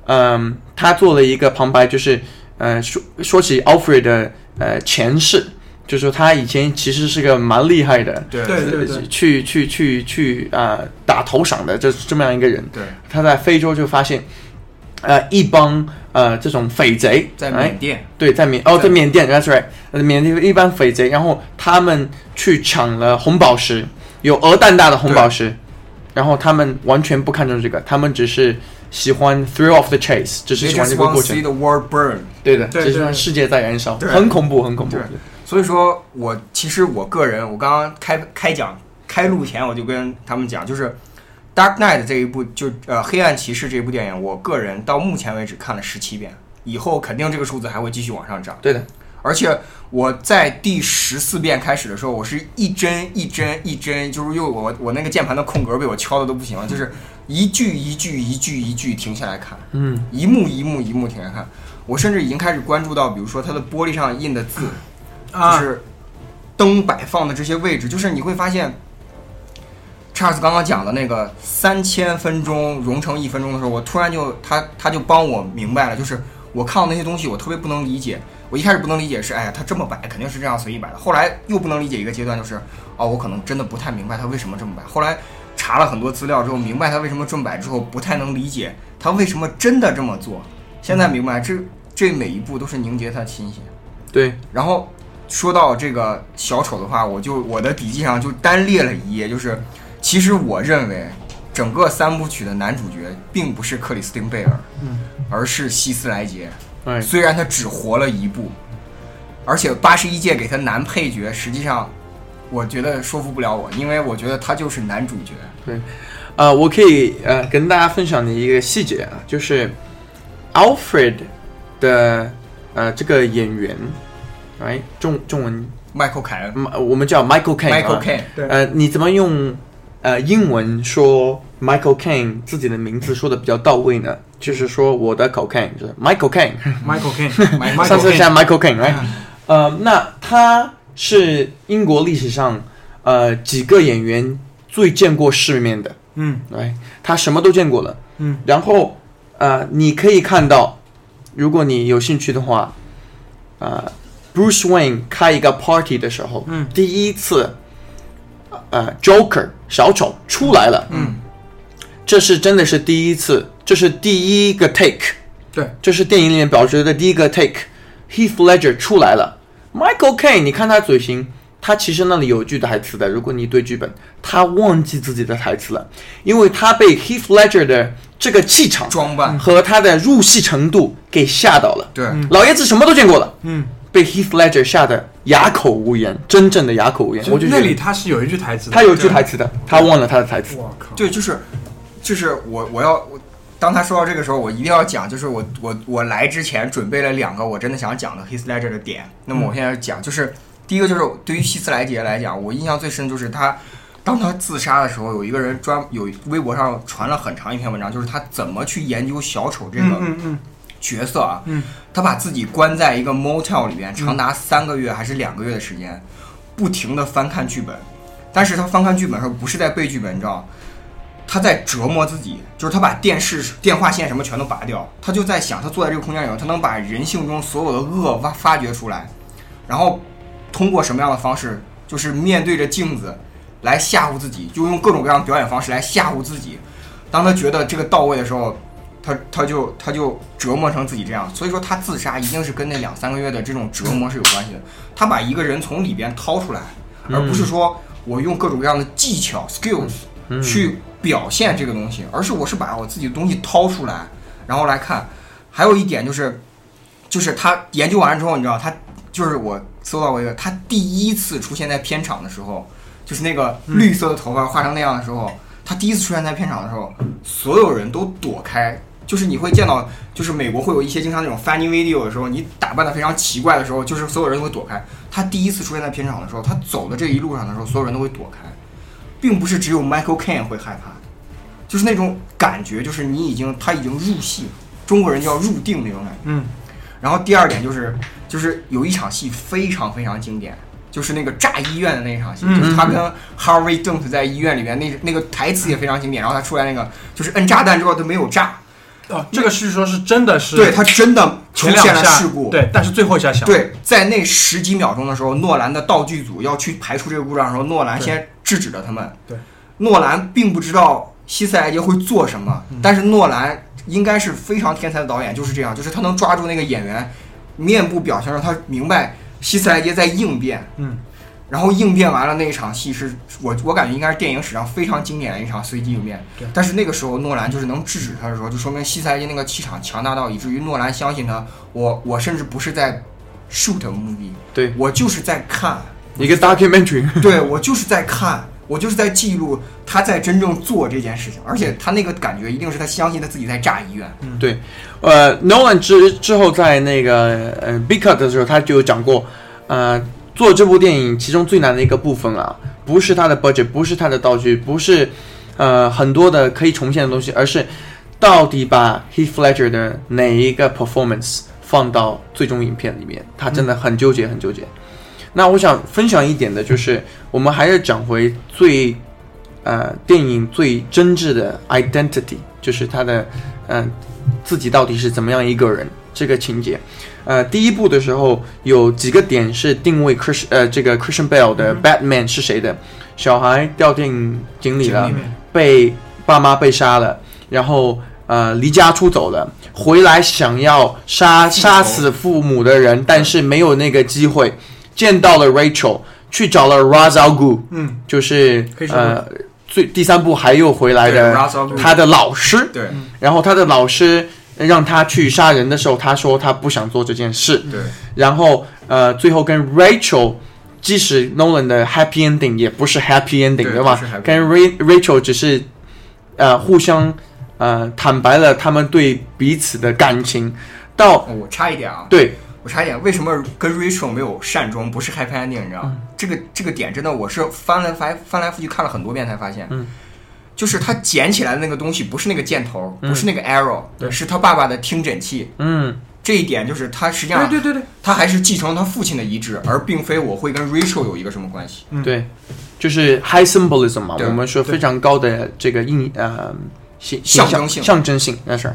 [SPEAKER 2] 嗯，他做了一个旁白，就是呃说说起 Alfred 的呃前世，就说他以前其实是个蛮厉害的，
[SPEAKER 4] 对
[SPEAKER 1] 对对
[SPEAKER 2] 呃
[SPEAKER 1] 对，
[SPEAKER 2] 去去去去啊、呃打头赏的这这么样一个人，
[SPEAKER 4] 对，
[SPEAKER 2] 他在非洲就发现，呃一帮呃这种匪贼
[SPEAKER 4] 在
[SPEAKER 2] 哎
[SPEAKER 4] 缅甸，
[SPEAKER 2] 对，在缅哦，在缅甸，That's right，呃缅甸一般匪贼，然后他们去抢了红宝石，有鹅蛋大的红宝石，然后他们完全不看重这个，他们只是喜欢 thrill of the chase，只是
[SPEAKER 4] they
[SPEAKER 2] 喜欢
[SPEAKER 4] just
[SPEAKER 2] 这个
[SPEAKER 4] want
[SPEAKER 2] 过
[SPEAKER 4] to see
[SPEAKER 2] 程，
[SPEAKER 4] the world burn。
[SPEAKER 2] 对的，
[SPEAKER 1] 对
[SPEAKER 2] 只是喜
[SPEAKER 1] 对
[SPEAKER 2] 欢世界在燃烧，
[SPEAKER 4] 对
[SPEAKER 2] 很恐怖，很恐怖
[SPEAKER 4] 对，所以说我其实我个人，我刚刚开开讲开录前我就跟他们讲，就是《Dark Knight》这一部，就呃《黑暗骑士》这一部电影，我个人到目前为止看了十七遍，以后肯定这个数字还会继续往上涨。
[SPEAKER 2] 对的，
[SPEAKER 4] 而且我在第十四遍开始的时候，我是一帧一帧一帧，就是又我我那个键盘的空格被我敲的都不行了，就是一句一句一句一句停下来看，
[SPEAKER 2] 嗯，
[SPEAKER 4] 一幕一幕一幕停下来看。我甚至已经开始关注到，比如说它的玻璃上印的字，就
[SPEAKER 1] 啊，
[SPEAKER 4] 是灯摆放的这些位置，就是你会发现，Charles 刚刚讲的那个三千分钟融成一分钟的时候，我突然就他他就帮我明白了，就是我看到那些东西，我特别不能理解。我一开始不能理解是，哎呀，他这么摆肯定是这样随意摆的。后来又不能理解一个阶段，就是哦，我可能真的不太明白他为什么这么摆。后来查了很多资料之后，明白他为什么这么摆之后，不太能理解他为什么真的这么做。现在明白，这这每一步都是凝结他的心血。
[SPEAKER 2] 对，
[SPEAKER 4] 然后说到这个小丑的话，我就我的笔记上就单列了一页，就是其实我认为整个三部曲的男主角并不是克里斯汀贝尔，
[SPEAKER 1] 嗯，
[SPEAKER 4] 而是希斯莱杰。
[SPEAKER 2] 哎，
[SPEAKER 4] 虽然他只活了一部，而且八十一届给他男配角，实际上我觉得说服不了我，因为我觉得他就是男主角。
[SPEAKER 2] 呃，我可以呃跟大家分享的一个细节啊，就是 Alfred 的呃这个演员， right？中中文，
[SPEAKER 4] ，Michael 凯恩
[SPEAKER 2] 嗯我们叫 Michael Caine 啊。
[SPEAKER 4] ，Michael Caine，
[SPEAKER 1] 对
[SPEAKER 2] 呃，你怎么用呃英文说 Michael Caine 自己的名字说的比较到位呢？就是说我的 cocaine 就是 Michael Caine，
[SPEAKER 1] Michael Caine，
[SPEAKER 2] [LAUGHS]
[SPEAKER 4] Michael
[SPEAKER 2] 上次
[SPEAKER 1] Caine
[SPEAKER 2] 像 Michael Caine，right？呃，那他是英国历史上呃几个演员最见过世面的，
[SPEAKER 1] 嗯
[SPEAKER 2] 对，他什么都见过了。
[SPEAKER 1] 嗯，
[SPEAKER 2] 然后呃，你可以看到，如果你有兴趣的话，呃，Bruce Wayne 开一个 party 的时候，
[SPEAKER 1] 嗯
[SPEAKER 2] 第一次，呃，Joker 小丑出来了，嗯，这是真的是第一次，这是第一个 take，
[SPEAKER 1] 对，
[SPEAKER 2] 这是电影里面表示的第一个 take，Heath Ledger 出来了，Michael Caine，你看他嘴型，他其实那里有一句台词的，如果你对剧本，他忘记自己的台词了，因为他被 Heath Ledger 的这个气场
[SPEAKER 4] 装扮，
[SPEAKER 2] 和他的入戏程度给吓到了。
[SPEAKER 4] 对，
[SPEAKER 2] 老爷子什么都见过了，
[SPEAKER 1] 嗯，
[SPEAKER 2] 被 Heath Ledger 吓得哑口无言，真正的哑口无言。我就觉
[SPEAKER 1] 那里
[SPEAKER 2] 得
[SPEAKER 1] 他是有一句台词的，
[SPEAKER 2] 他有一句台词的，他忘了他的台词。
[SPEAKER 1] 我靠，
[SPEAKER 4] 对，就是就是我我要我，当他说到这个时候，我一定要讲，就是我我我来之前准备了两个我真的想讲的 h i s Ledger 的点，那么我现在讲，就是第一个就是对于希斯莱杰来讲，我印象最深就是他。当他自杀的时候，有一个人专有微博上传了很长一篇文章，就是他怎么去研究小丑这个
[SPEAKER 1] 嗯嗯
[SPEAKER 4] 角色啊，
[SPEAKER 1] 嗯
[SPEAKER 4] 他把自己关在一个 motel 里边，长达三个月还是两个月的时间，不停的翻看剧本，但是他翻看剧本的时候不是在背剧本，你知道，他在折磨自己，就是他把电视、电话线什么全都拔掉，他就在想，他坐在这个空间里头，他能把人性中所有的恶挖发掘出来，然后通过什么样的方式，就是面对着镜子来吓唬自己，就用各种各样的表演方式来吓唬自己。当他觉得这个到位的时候，他他就他就折磨成自己这样，所以说他自杀一定是跟那两三个月的这种折磨是有关系的。他把一个人从里边掏出来，而不是说我用各种各样的技巧 skills
[SPEAKER 2] 嗯
[SPEAKER 4] 去表现这个东西，而是我是把我自己的东西掏出来，然后来看。还有一点就是，就是他研究完了之后，你知道他就是我搜到过一个，他第一次出现在片场的时候，就是那个绿色的头发画成那样的时候，他第一次出现在片场的时候，所有人都躲开。就是你会见到，就是美国会有一些经常那种 funny video 的时候，你打扮的非常奇怪的时候，就是所有人都会躲开。他第一次出现在片场的时候，他走的这一路上的时候，所有人都会躲开，并不是只有 Michael Caine 会害怕，就是那种感觉，就是你已经他已经入戏，中国人叫入定那种感觉。
[SPEAKER 1] 嗯
[SPEAKER 4] 然后第二点就是，就是有一场戏非常非常经典，就是那个炸医院的那一场戏，
[SPEAKER 1] 嗯
[SPEAKER 4] 就是他跟 Harvey Dent 在医院里面那那个台词也非常经典。然后他出来那个就是摁炸弹之后都没有炸，
[SPEAKER 1] 嗯，哦，这个是说是真的是
[SPEAKER 4] 对他真的出
[SPEAKER 1] 前两
[SPEAKER 4] 现
[SPEAKER 1] 下
[SPEAKER 4] 了事故。
[SPEAKER 1] 对，但是最后一下响，，
[SPEAKER 4] 对，在那十几秒钟的时候，诺兰的道具组要去排除这个故障的时候，诺兰
[SPEAKER 1] 对
[SPEAKER 4] 先制止了他们。
[SPEAKER 1] 对，
[SPEAKER 4] 诺兰并不知道希斯莱杰会做什么，但是诺兰应该是非常天才的导演，就是这样，就是他能抓住那个演员面部表情，让他明白希斯莱杰在应变。
[SPEAKER 1] 嗯，
[SPEAKER 4] 然后应变完了那一场戏是我我感觉应该是电影史上非常经典的一场随机应变
[SPEAKER 1] 对。
[SPEAKER 4] 但是那个时候诺兰就是能制止他的时候，就说明希斯莱杰那个气场强大到以至于诺兰相信他。我我甚至不是在 shoot a movie，
[SPEAKER 2] 对，
[SPEAKER 4] 我就是在看，
[SPEAKER 2] 一个 documentary， [LAUGHS]
[SPEAKER 4] 对我就是在看，我就是在记录他在真正做这件事情，而且他那个感觉一定是他相信他自己在炸医院。
[SPEAKER 2] 对，呃，Nolan 之之后在那个呃 Big Cut 的时候，他就有讲过，呃，做这部电影其中最难的一个部分啊，不是他的 budget，不是他的道具，不是呃很多的可以重现的东西，而是到底把 Heath Ledger 的哪一个 performance 放到最终影片里面，他真的很纠结，很纠结。那我想分享一点的就是，我们还是讲回最呃电影最真挚的 identity，就是他的嗯、呃自己到底是怎么样一个人这个情节。呃，第一部的时候有几个点是定位 Chris 呃这个 Christian Bale 的嗯 Batman 是谁的，小孩掉进井里了
[SPEAKER 4] 井里，
[SPEAKER 2] 被爸妈被杀了，然后呃离家出走了，回来想要杀
[SPEAKER 4] 复仇
[SPEAKER 2] 杀死父母的人，但是没有那个机会，见到了 Rachel，去找了 Raz Al Ghul，
[SPEAKER 1] 嗯
[SPEAKER 2] 就是
[SPEAKER 1] 黑社会
[SPEAKER 2] 呃最第三部还又回来
[SPEAKER 4] 对
[SPEAKER 2] 的
[SPEAKER 4] Ra's al Ghul
[SPEAKER 2] 他的老师，
[SPEAKER 4] 对
[SPEAKER 2] 然后他的老师让他去杀人的时候，他说他不想做这件事，
[SPEAKER 4] 对
[SPEAKER 2] 然后呃最后跟 Rachel。即使 Nolan 的 Happy Ending 也不是 Happy Ending，
[SPEAKER 4] 对
[SPEAKER 2] 对吧
[SPEAKER 4] 不是？happy
[SPEAKER 2] 跟 Ra- Rachel 只是，呃，互相呃坦白了他们对彼此的感情。到
[SPEAKER 4] 哦我差一点啊，
[SPEAKER 2] 对
[SPEAKER 4] 我查一点，为什么跟 Rachel 没有善终，不是 Happy Ending？你知道吗？这个这个点真的，我是翻来翻翻来覆去看了很多遍才发现，
[SPEAKER 2] 嗯，
[SPEAKER 4] 就是他捡起来的那个东西不是那个箭头，不是那个 arrow，、
[SPEAKER 2] 对
[SPEAKER 4] 是他爸爸的听诊器。
[SPEAKER 2] 嗯，
[SPEAKER 4] 这一啊点就是他实际
[SPEAKER 1] 对
[SPEAKER 4] 上
[SPEAKER 1] 对对对，
[SPEAKER 4] 他还是继承了他父亲的遗志，而并非我会跟 Rachel 有一个什么关系。
[SPEAKER 1] 嗯
[SPEAKER 2] 对，就是 high symbolism 嘛，
[SPEAKER 4] 对
[SPEAKER 2] 我们说
[SPEAKER 1] 对
[SPEAKER 2] 非常高的这个印呃形
[SPEAKER 4] 象征
[SPEAKER 2] 象
[SPEAKER 4] 性
[SPEAKER 2] 象征性那是，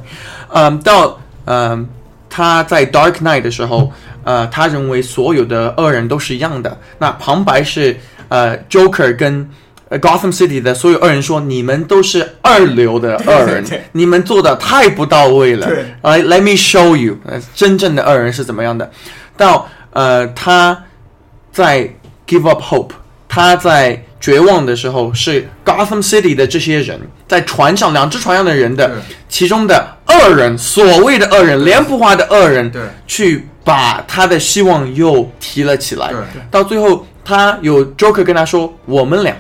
[SPEAKER 2] 嗯，到嗯他在 Dark Knight 的时候，呃，他认为所有的恶人都是一样的。那旁白是呃 Joker 跟。呃 Gotham City 的所有恶人说：“你们都是二流的恶人，
[SPEAKER 4] 对
[SPEAKER 2] [LAUGHS] 你们做的太不到位了。
[SPEAKER 4] 对
[SPEAKER 2] 来，Let me show you，呃真正的恶人是怎么样的。到呃，他在 give up hope，他在绝望的时候，是 Gotham City 的这些人在船上两只船上的人的
[SPEAKER 4] 对
[SPEAKER 2] 其中的恶人，所谓的恶人，脸谱化的恶人，
[SPEAKER 4] 对
[SPEAKER 2] 去把他的希望又提了起来
[SPEAKER 4] 对。
[SPEAKER 2] 到最后，他有 Joker 跟他说：“我们俩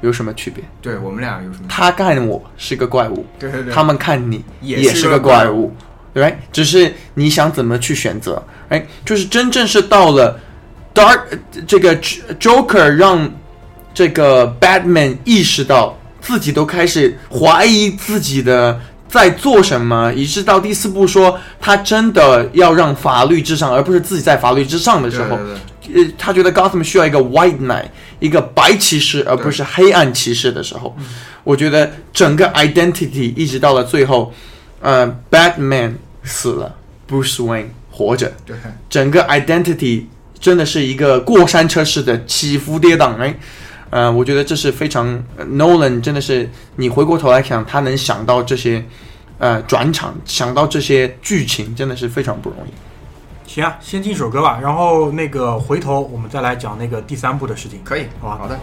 [SPEAKER 2] 有什么区别？
[SPEAKER 4] 对我们俩有什么？
[SPEAKER 2] 他看我是个怪物，
[SPEAKER 4] 对对对，
[SPEAKER 2] 他们看你
[SPEAKER 4] 也
[SPEAKER 2] 也
[SPEAKER 4] 是
[SPEAKER 2] 是个
[SPEAKER 4] 个怪
[SPEAKER 2] 怪物，对吧，只是你想怎么去选择，哎，就是真正是到了 Dark 这个 J- Joker 让这个 Batman 意识到自己都开始怀疑自己的在做什么，以致到第四部说他真的要让法律至上，而不是自己在法律之上的
[SPEAKER 4] 对
[SPEAKER 2] 时候，
[SPEAKER 4] 对对
[SPEAKER 2] 呃，他觉得 Gotham 需要一个 White Knight，一个白骑士，而不是黑暗骑士的时候，
[SPEAKER 4] 嗯
[SPEAKER 2] 我觉得整个 identity 一直到了最后，呃，Batman 死了，Bruce Wayne 活着，
[SPEAKER 4] 对
[SPEAKER 2] 整个 identity 真的是一个过山车式的起伏跌宕，哎，呃，我觉得这是非常呃 Nolan 真的是你回过头来想，他能想到这些，呃，转场，想到这些剧情，真的是非常不容易。
[SPEAKER 1] 行啊，先进一首歌吧，然后那个回头我们再来讲那个第三部的事情。
[SPEAKER 4] 可以，
[SPEAKER 1] 好吧
[SPEAKER 4] 好的。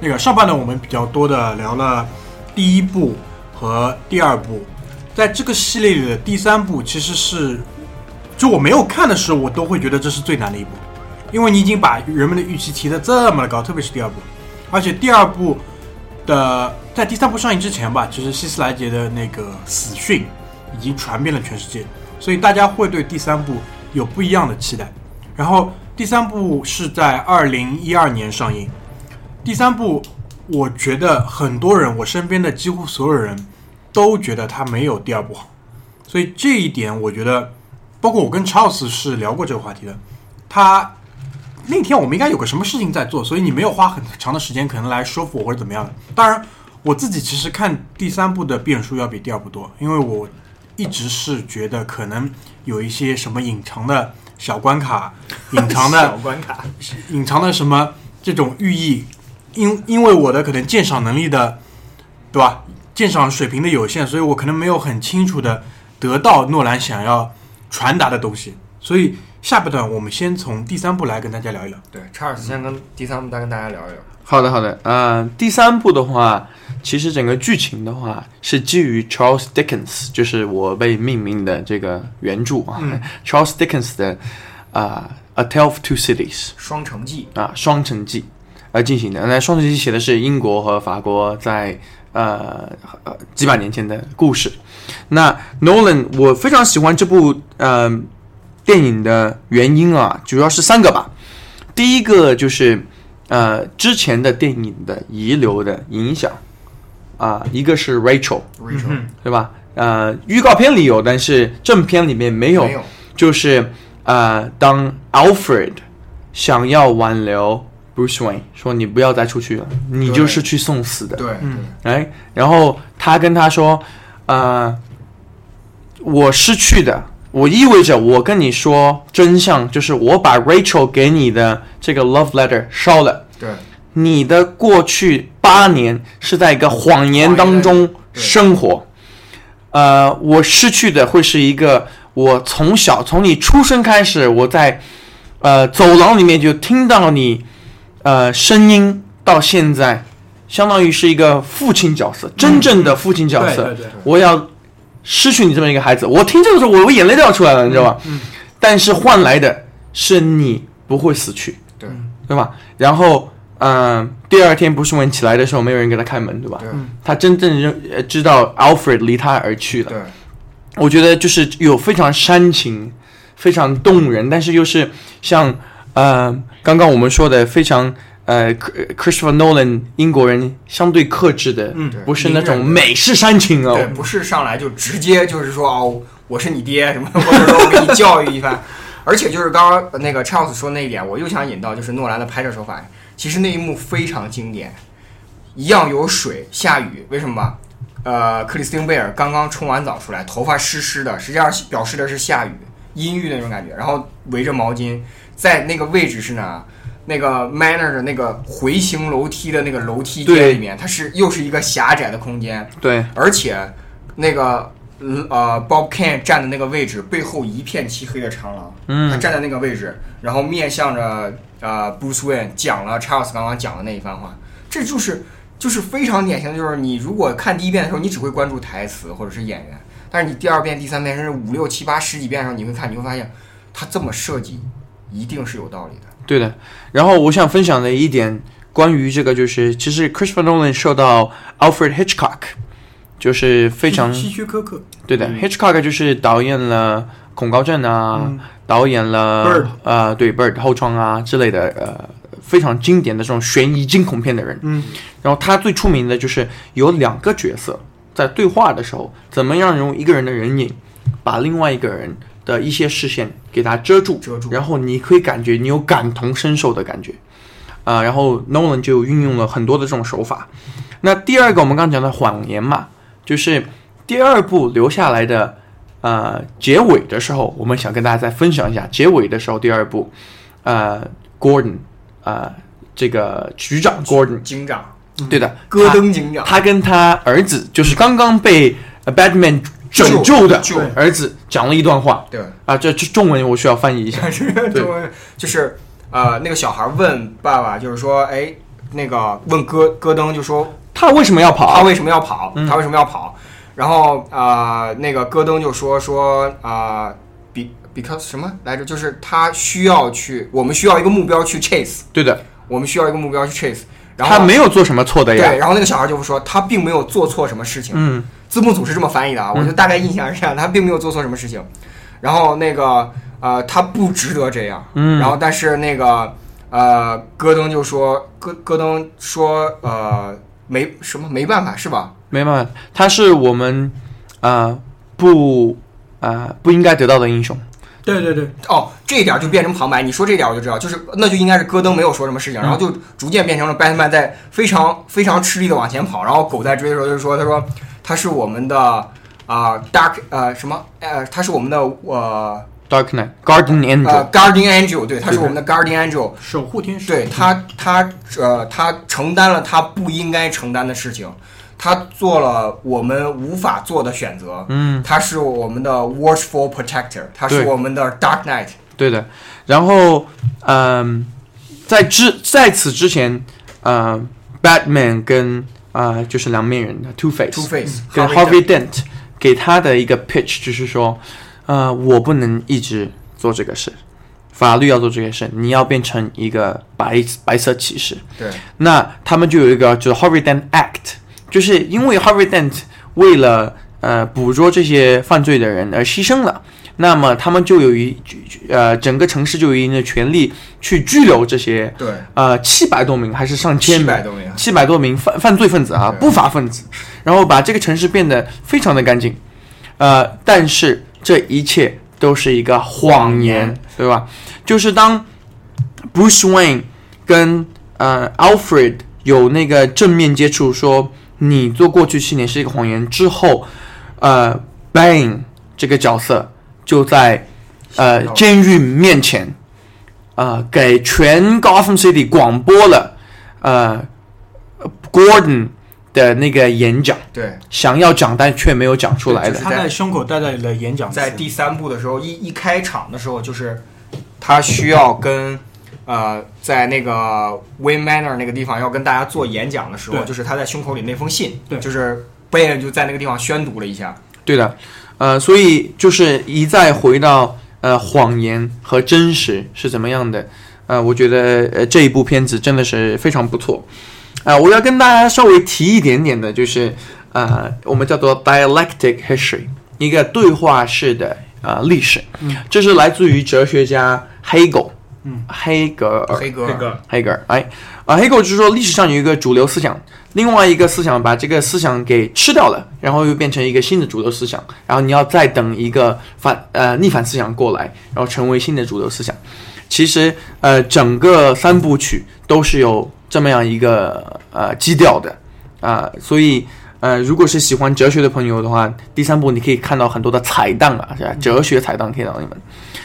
[SPEAKER 1] 那个上半段我们比较多的聊了第一部和第二部，在这个系列里的第三部其实是，就我没有看的时候，我都会觉得这是最难的一部，因为你已经把人们的预期提得这么的高，特别是第二部，而且第二部的在第三部上映之前吧，其实希斯莱杰的那个死讯已经传遍了全世界，所以大家会对第三部有不一样的期待。然后第三部是在二零一二年上映，第三部，我觉得很多人，我身边的几乎所有人都觉得它没有第二部好，所以这一点我觉得，包括我跟 Charles 是聊过这个话题的。他那天我们应该有个什么事情在做，所以你没有花很长的时间可能来说服我或者怎么样的。当然，我自己其实看第三部的变数要比第二部多，因为我一直是觉得可能有一些什么隐藏的小关
[SPEAKER 3] [LAUGHS]
[SPEAKER 1] 卡、隐藏的
[SPEAKER 3] 小关卡，
[SPEAKER 1] 隐藏的什么这种寓意，因因为我的可能鉴赏能力的，对吧？鉴赏水平的有限，所以我可能没有很清楚的得到诺兰想要传达的东西。所以下半段我们先从第三部来跟大家聊一聊。
[SPEAKER 4] 对，查尔斯先跟第三部再跟大家聊一聊。
[SPEAKER 2] 好的，好的。呃，第三部的话，其实整个剧情的话是基于 Charles Dickens，就是我被命名的这个原著啊、c h a r l e s Dickens 的啊、A Tale of Two Cities》
[SPEAKER 4] 双城记，
[SPEAKER 2] 啊，《双城记》而进行的。那《双城记》写的是英国和法国在呃呃几百年前的故事。那 Nolan，我非常喜欢这部呃电影的原因啊，主要是三个吧。第一个就是呃之前的电影的遗留的影响啊、一个是 Rachel，
[SPEAKER 4] Rachel
[SPEAKER 2] 对吧？呃，预告片里有，但是正片里面没有。
[SPEAKER 4] 没有
[SPEAKER 2] 就是呃，当 Alfred 想要挽留 Bruce Wayne，说你不要再出去了，你
[SPEAKER 4] 对
[SPEAKER 2] 就是去送死的。
[SPEAKER 4] 对，
[SPEAKER 2] 哎，然后他跟他说，呃，我失去的，我意味着我跟你说真相，就是我把 Rachel 给你的这个 love letter 烧了。
[SPEAKER 4] 对对
[SPEAKER 2] 你的过去八年是在一个谎言当中生活。呃，我失去的会是一个我从小从你出生开始，我在呃走廊里面就听到你呃声音，到现在，相当于是一个父亲角色，真正的父亲角
[SPEAKER 1] 嗯
[SPEAKER 2] 色。
[SPEAKER 1] 对对对
[SPEAKER 2] 我要失去你这么一个孩子，我听这个时候我我眼泪都要出来了，你知道吧？
[SPEAKER 1] 嗯
[SPEAKER 2] 但是换来的是你不会死去。
[SPEAKER 4] 对
[SPEAKER 2] 对吧？然后，嗯、第二天不是我们起来的时候，没有人给他开门，对吧？
[SPEAKER 4] 对
[SPEAKER 2] 他真正认呃知道 Alfred 离他而去了。
[SPEAKER 4] 对
[SPEAKER 2] 我觉得就是有非常煽情、非常动人，但是又是像呃刚刚我们说的非常呃，Chri- Christopher Nolan 英国人相对克制的，
[SPEAKER 1] 嗯
[SPEAKER 4] 对
[SPEAKER 2] 不是那种
[SPEAKER 4] 隐忍的
[SPEAKER 2] 美式煽情哦
[SPEAKER 4] 对，。不是上来就直接就是说哦，我是你爹什么，或者说我给你教育一番。而且就是刚刚那个 Charles 说那一点，我又想引到就是诺兰的拍摄手法，其实那一幕非常经典，一样有水下雨，为什么吧？呃，克里斯汀贝尔刚刚冲完澡出来，头发湿湿的，实际上表示的是下雨，阴郁的那种感觉。然后围着毛巾，在那个位置是哪？那个 Manor 的那个回形楼梯的那个楼梯间
[SPEAKER 2] 对
[SPEAKER 4] 里面，它是又是一个狭窄的空间，
[SPEAKER 2] 对
[SPEAKER 4] 而且那个呃，Bob Kane 站的那个位置背后一片漆黑的长廊，
[SPEAKER 2] 嗯
[SPEAKER 4] 他站在那个位置，然后面向着呃 Bruce Wayne 讲了 Charles 刚刚讲的那一番话，这就是就是非常典型的，就是你如果看第一遍的时候，你只会关注台词或者是演员，但是你第二遍、第三遍甚至五六七八十几遍的时候，你会看，你会发现他这么设计一定是有道理的。
[SPEAKER 2] 对的。然后我想分享的一点关于这个，就是其实 Christopher Nolan 受到 Alfred Hitchcock，就是非常
[SPEAKER 1] 希区柯克，
[SPEAKER 2] 对的、h i t c h c o c k 就是导演了《恐高症》啊，导演了
[SPEAKER 1] Bird
[SPEAKER 2] 呃，对 Bird 后窗啊之类的，呃，非常经典的这种悬疑惊恐片的人。
[SPEAKER 1] 嗯，
[SPEAKER 2] 然后他最出名的就是有两个角色在对话的时候，怎么样用一个人的人影把另外一个人的一些视线给他遮住，
[SPEAKER 4] 遮住
[SPEAKER 2] 然后你可以感觉你有感同身受的感觉。啊、然后 Nolan 就运用了很多的这种手法。那第二个我们刚刚讲的谎言嘛，就是第二部留下来的呃结尾的时候，我们想跟大家再分享一下结尾的时候第二部，呃，Gordon 呃这个局长 Gordon
[SPEAKER 4] 警长，嗯
[SPEAKER 2] 对的，
[SPEAKER 4] 戈登嗯警长，
[SPEAKER 2] 他跟他儿子就是刚刚被呃 Batman 拯救的
[SPEAKER 4] 救
[SPEAKER 2] 儿子讲了一段话
[SPEAKER 4] 对。
[SPEAKER 2] 啊，这这中文我需要翻译一下。
[SPEAKER 4] [LAUGHS]
[SPEAKER 2] 对
[SPEAKER 4] 中文就是呃，那个小孩问爸爸，就是说，哎，那个问戈戈登，就说
[SPEAKER 2] 他为什么要
[SPEAKER 4] 他
[SPEAKER 2] 跑？嗯
[SPEAKER 4] 为什么要跑？他为什么要跑？然后呃，那个戈登就说说啊、呃、，be because 什么来着？就是他需要去，我们需要一个目标去 chase，
[SPEAKER 2] 对的，
[SPEAKER 4] 我们需要一个目标去 chase。然后
[SPEAKER 2] 他没有做什么错的呀
[SPEAKER 4] 对，。然后那个小孩就说他并没有做错什么事情。
[SPEAKER 2] 嗯，
[SPEAKER 4] 字幕组是这么翻译的啊，我就大概印象是这样，他并没有做错什么事情。然后那个呃，他不值得这样。
[SPEAKER 2] 嗯
[SPEAKER 4] 然后但是那个呃，戈登就说戈戈登说呃没什么没办法是吧？
[SPEAKER 2] 没办法，他是我们啊不啊不应该得到的英雄。
[SPEAKER 1] 对对对，
[SPEAKER 4] 哦，这一点就变成旁白。你说这一点我就知道，就是那就应该是戈登没有说什么事情，然
[SPEAKER 2] 嗯
[SPEAKER 4] 后就逐渐变成了 Batman 在非常非常吃力的往前跑，然后狗在追的时候就说：“他说他是我们的啊、Dark 呃什么呃，他是我们的呃
[SPEAKER 2] Dark Knight, Garden Angel，
[SPEAKER 4] 呃 Guardian Angel，对，他是我们的 Guardian Angel，
[SPEAKER 1] 守护天使，
[SPEAKER 4] 对
[SPEAKER 2] 嗯
[SPEAKER 4] 他他呃他承担了他不应该承担的事情，他做了我们无法做的选择，
[SPEAKER 2] 嗯，
[SPEAKER 4] 他是我们的 Watchful Protector，他是
[SPEAKER 2] 对
[SPEAKER 4] 我们的 Dark Knight，
[SPEAKER 2] 对的。然后，嗯、在之在此之前，呃，Batman 跟啊、呃就是两面人 Two Face，嗯
[SPEAKER 4] Two Face，
[SPEAKER 2] 跟 Harvey
[SPEAKER 4] Harvey
[SPEAKER 2] Dent 给他的一个 pitch 就是说，呃，我不能一直做这个事，法律要做这个事，你要变成一个白白色骑士。
[SPEAKER 4] 对。
[SPEAKER 2] 那他们就有一个就是 Harvey Dent Act，就是因为 Harvey Dent 为了呃捕捉这些犯罪的人而牺牲了，那么他们就有一呃整个城市就有一定的权利去拘留这些
[SPEAKER 4] 对，
[SPEAKER 2] 呃七百多名还是上千
[SPEAKER 4] 七
[SPEAKER 2] 名
[SPEAKER 4] 百多名，啊
[SPEAKER 2] 七百多名犯犯罪分子啊，
[SPEAKER 4] 对
[SPEAKER 2] 不法分子，然后把这个城市变得非常的干净，呃，但是这一切都是一个谎
[SPEAKER 4] 谎
[SPEAKER 2] 言
[SPEAKER 4] 言，
[SPEAKER 2] 对吧？就是当 Bruce Wayne 跟呃 Alfred 有那个正面接触，说你做过去七年是一个谎言之后，呃，Bane 这个角色就在呃
[SPEAKER 4] 哦
[SPEAKER 2] 监狱面前，呃，给全 Gotham City 广播了，呃，Gordon 的那个演讲，
[SPEAKER 4] 对，
[SPEAKER 2] 想要讲但却没有讲出来
[SPEAKER 4] 对
[SPEAKER 2] 的
[SPEAKER 4] 就。
[SPEAKER 1] 他在胸口戴在了演讲词
[SPEAKER 4] 在第三部的时候，一一开场的时候，就是他需要跟呃，在那个 Wayne Manor 那个地方要跟大家做演讲的时候，
[SPEAKER 1] 对
[SPEAKER 4] 就是他在胸口里那封信，
[SPEAKER 1] 对
[SPEAKER 4] 就是贝恩就在那个地方宣读了一下，
[SPEAKER 2] 对的，呃，所以就是一再回到呃谎言和真实是怎么样的，呃，我觉得呃这一部片子真的是非常不错，啊、我要跟大家稍微提一点点的，就是呃我们叫做 dialectic history，一个对话式的呃历史，这是来自于哲学家黑狗，
[SPEAKER 1] 嗯，
[SPEAKER 2] 黑格尔，
[SPEAKER 4] 黑格
[SPEAKER 3] 这
[SPEAKER 4] 尔，
[SPEAKER 3] 个
[SPEAKER 2] 哦黑格尔，哎，啊，黑格尔就是说历史上有一个主流思想，另外一个思想把这个思想给吃掉了，然后又变成一个新的主流思想，然后你要再等一个反呃逆反思想过来，然后成为新的主流思想。其实呃，整个三部曲都是有这么样一个呃基调的啊、所以。呃，如果是喜欢哲学的朋友的话，第三部你可以看到很多的彩蛋啊，是吧哲学彩蛋可以让你们。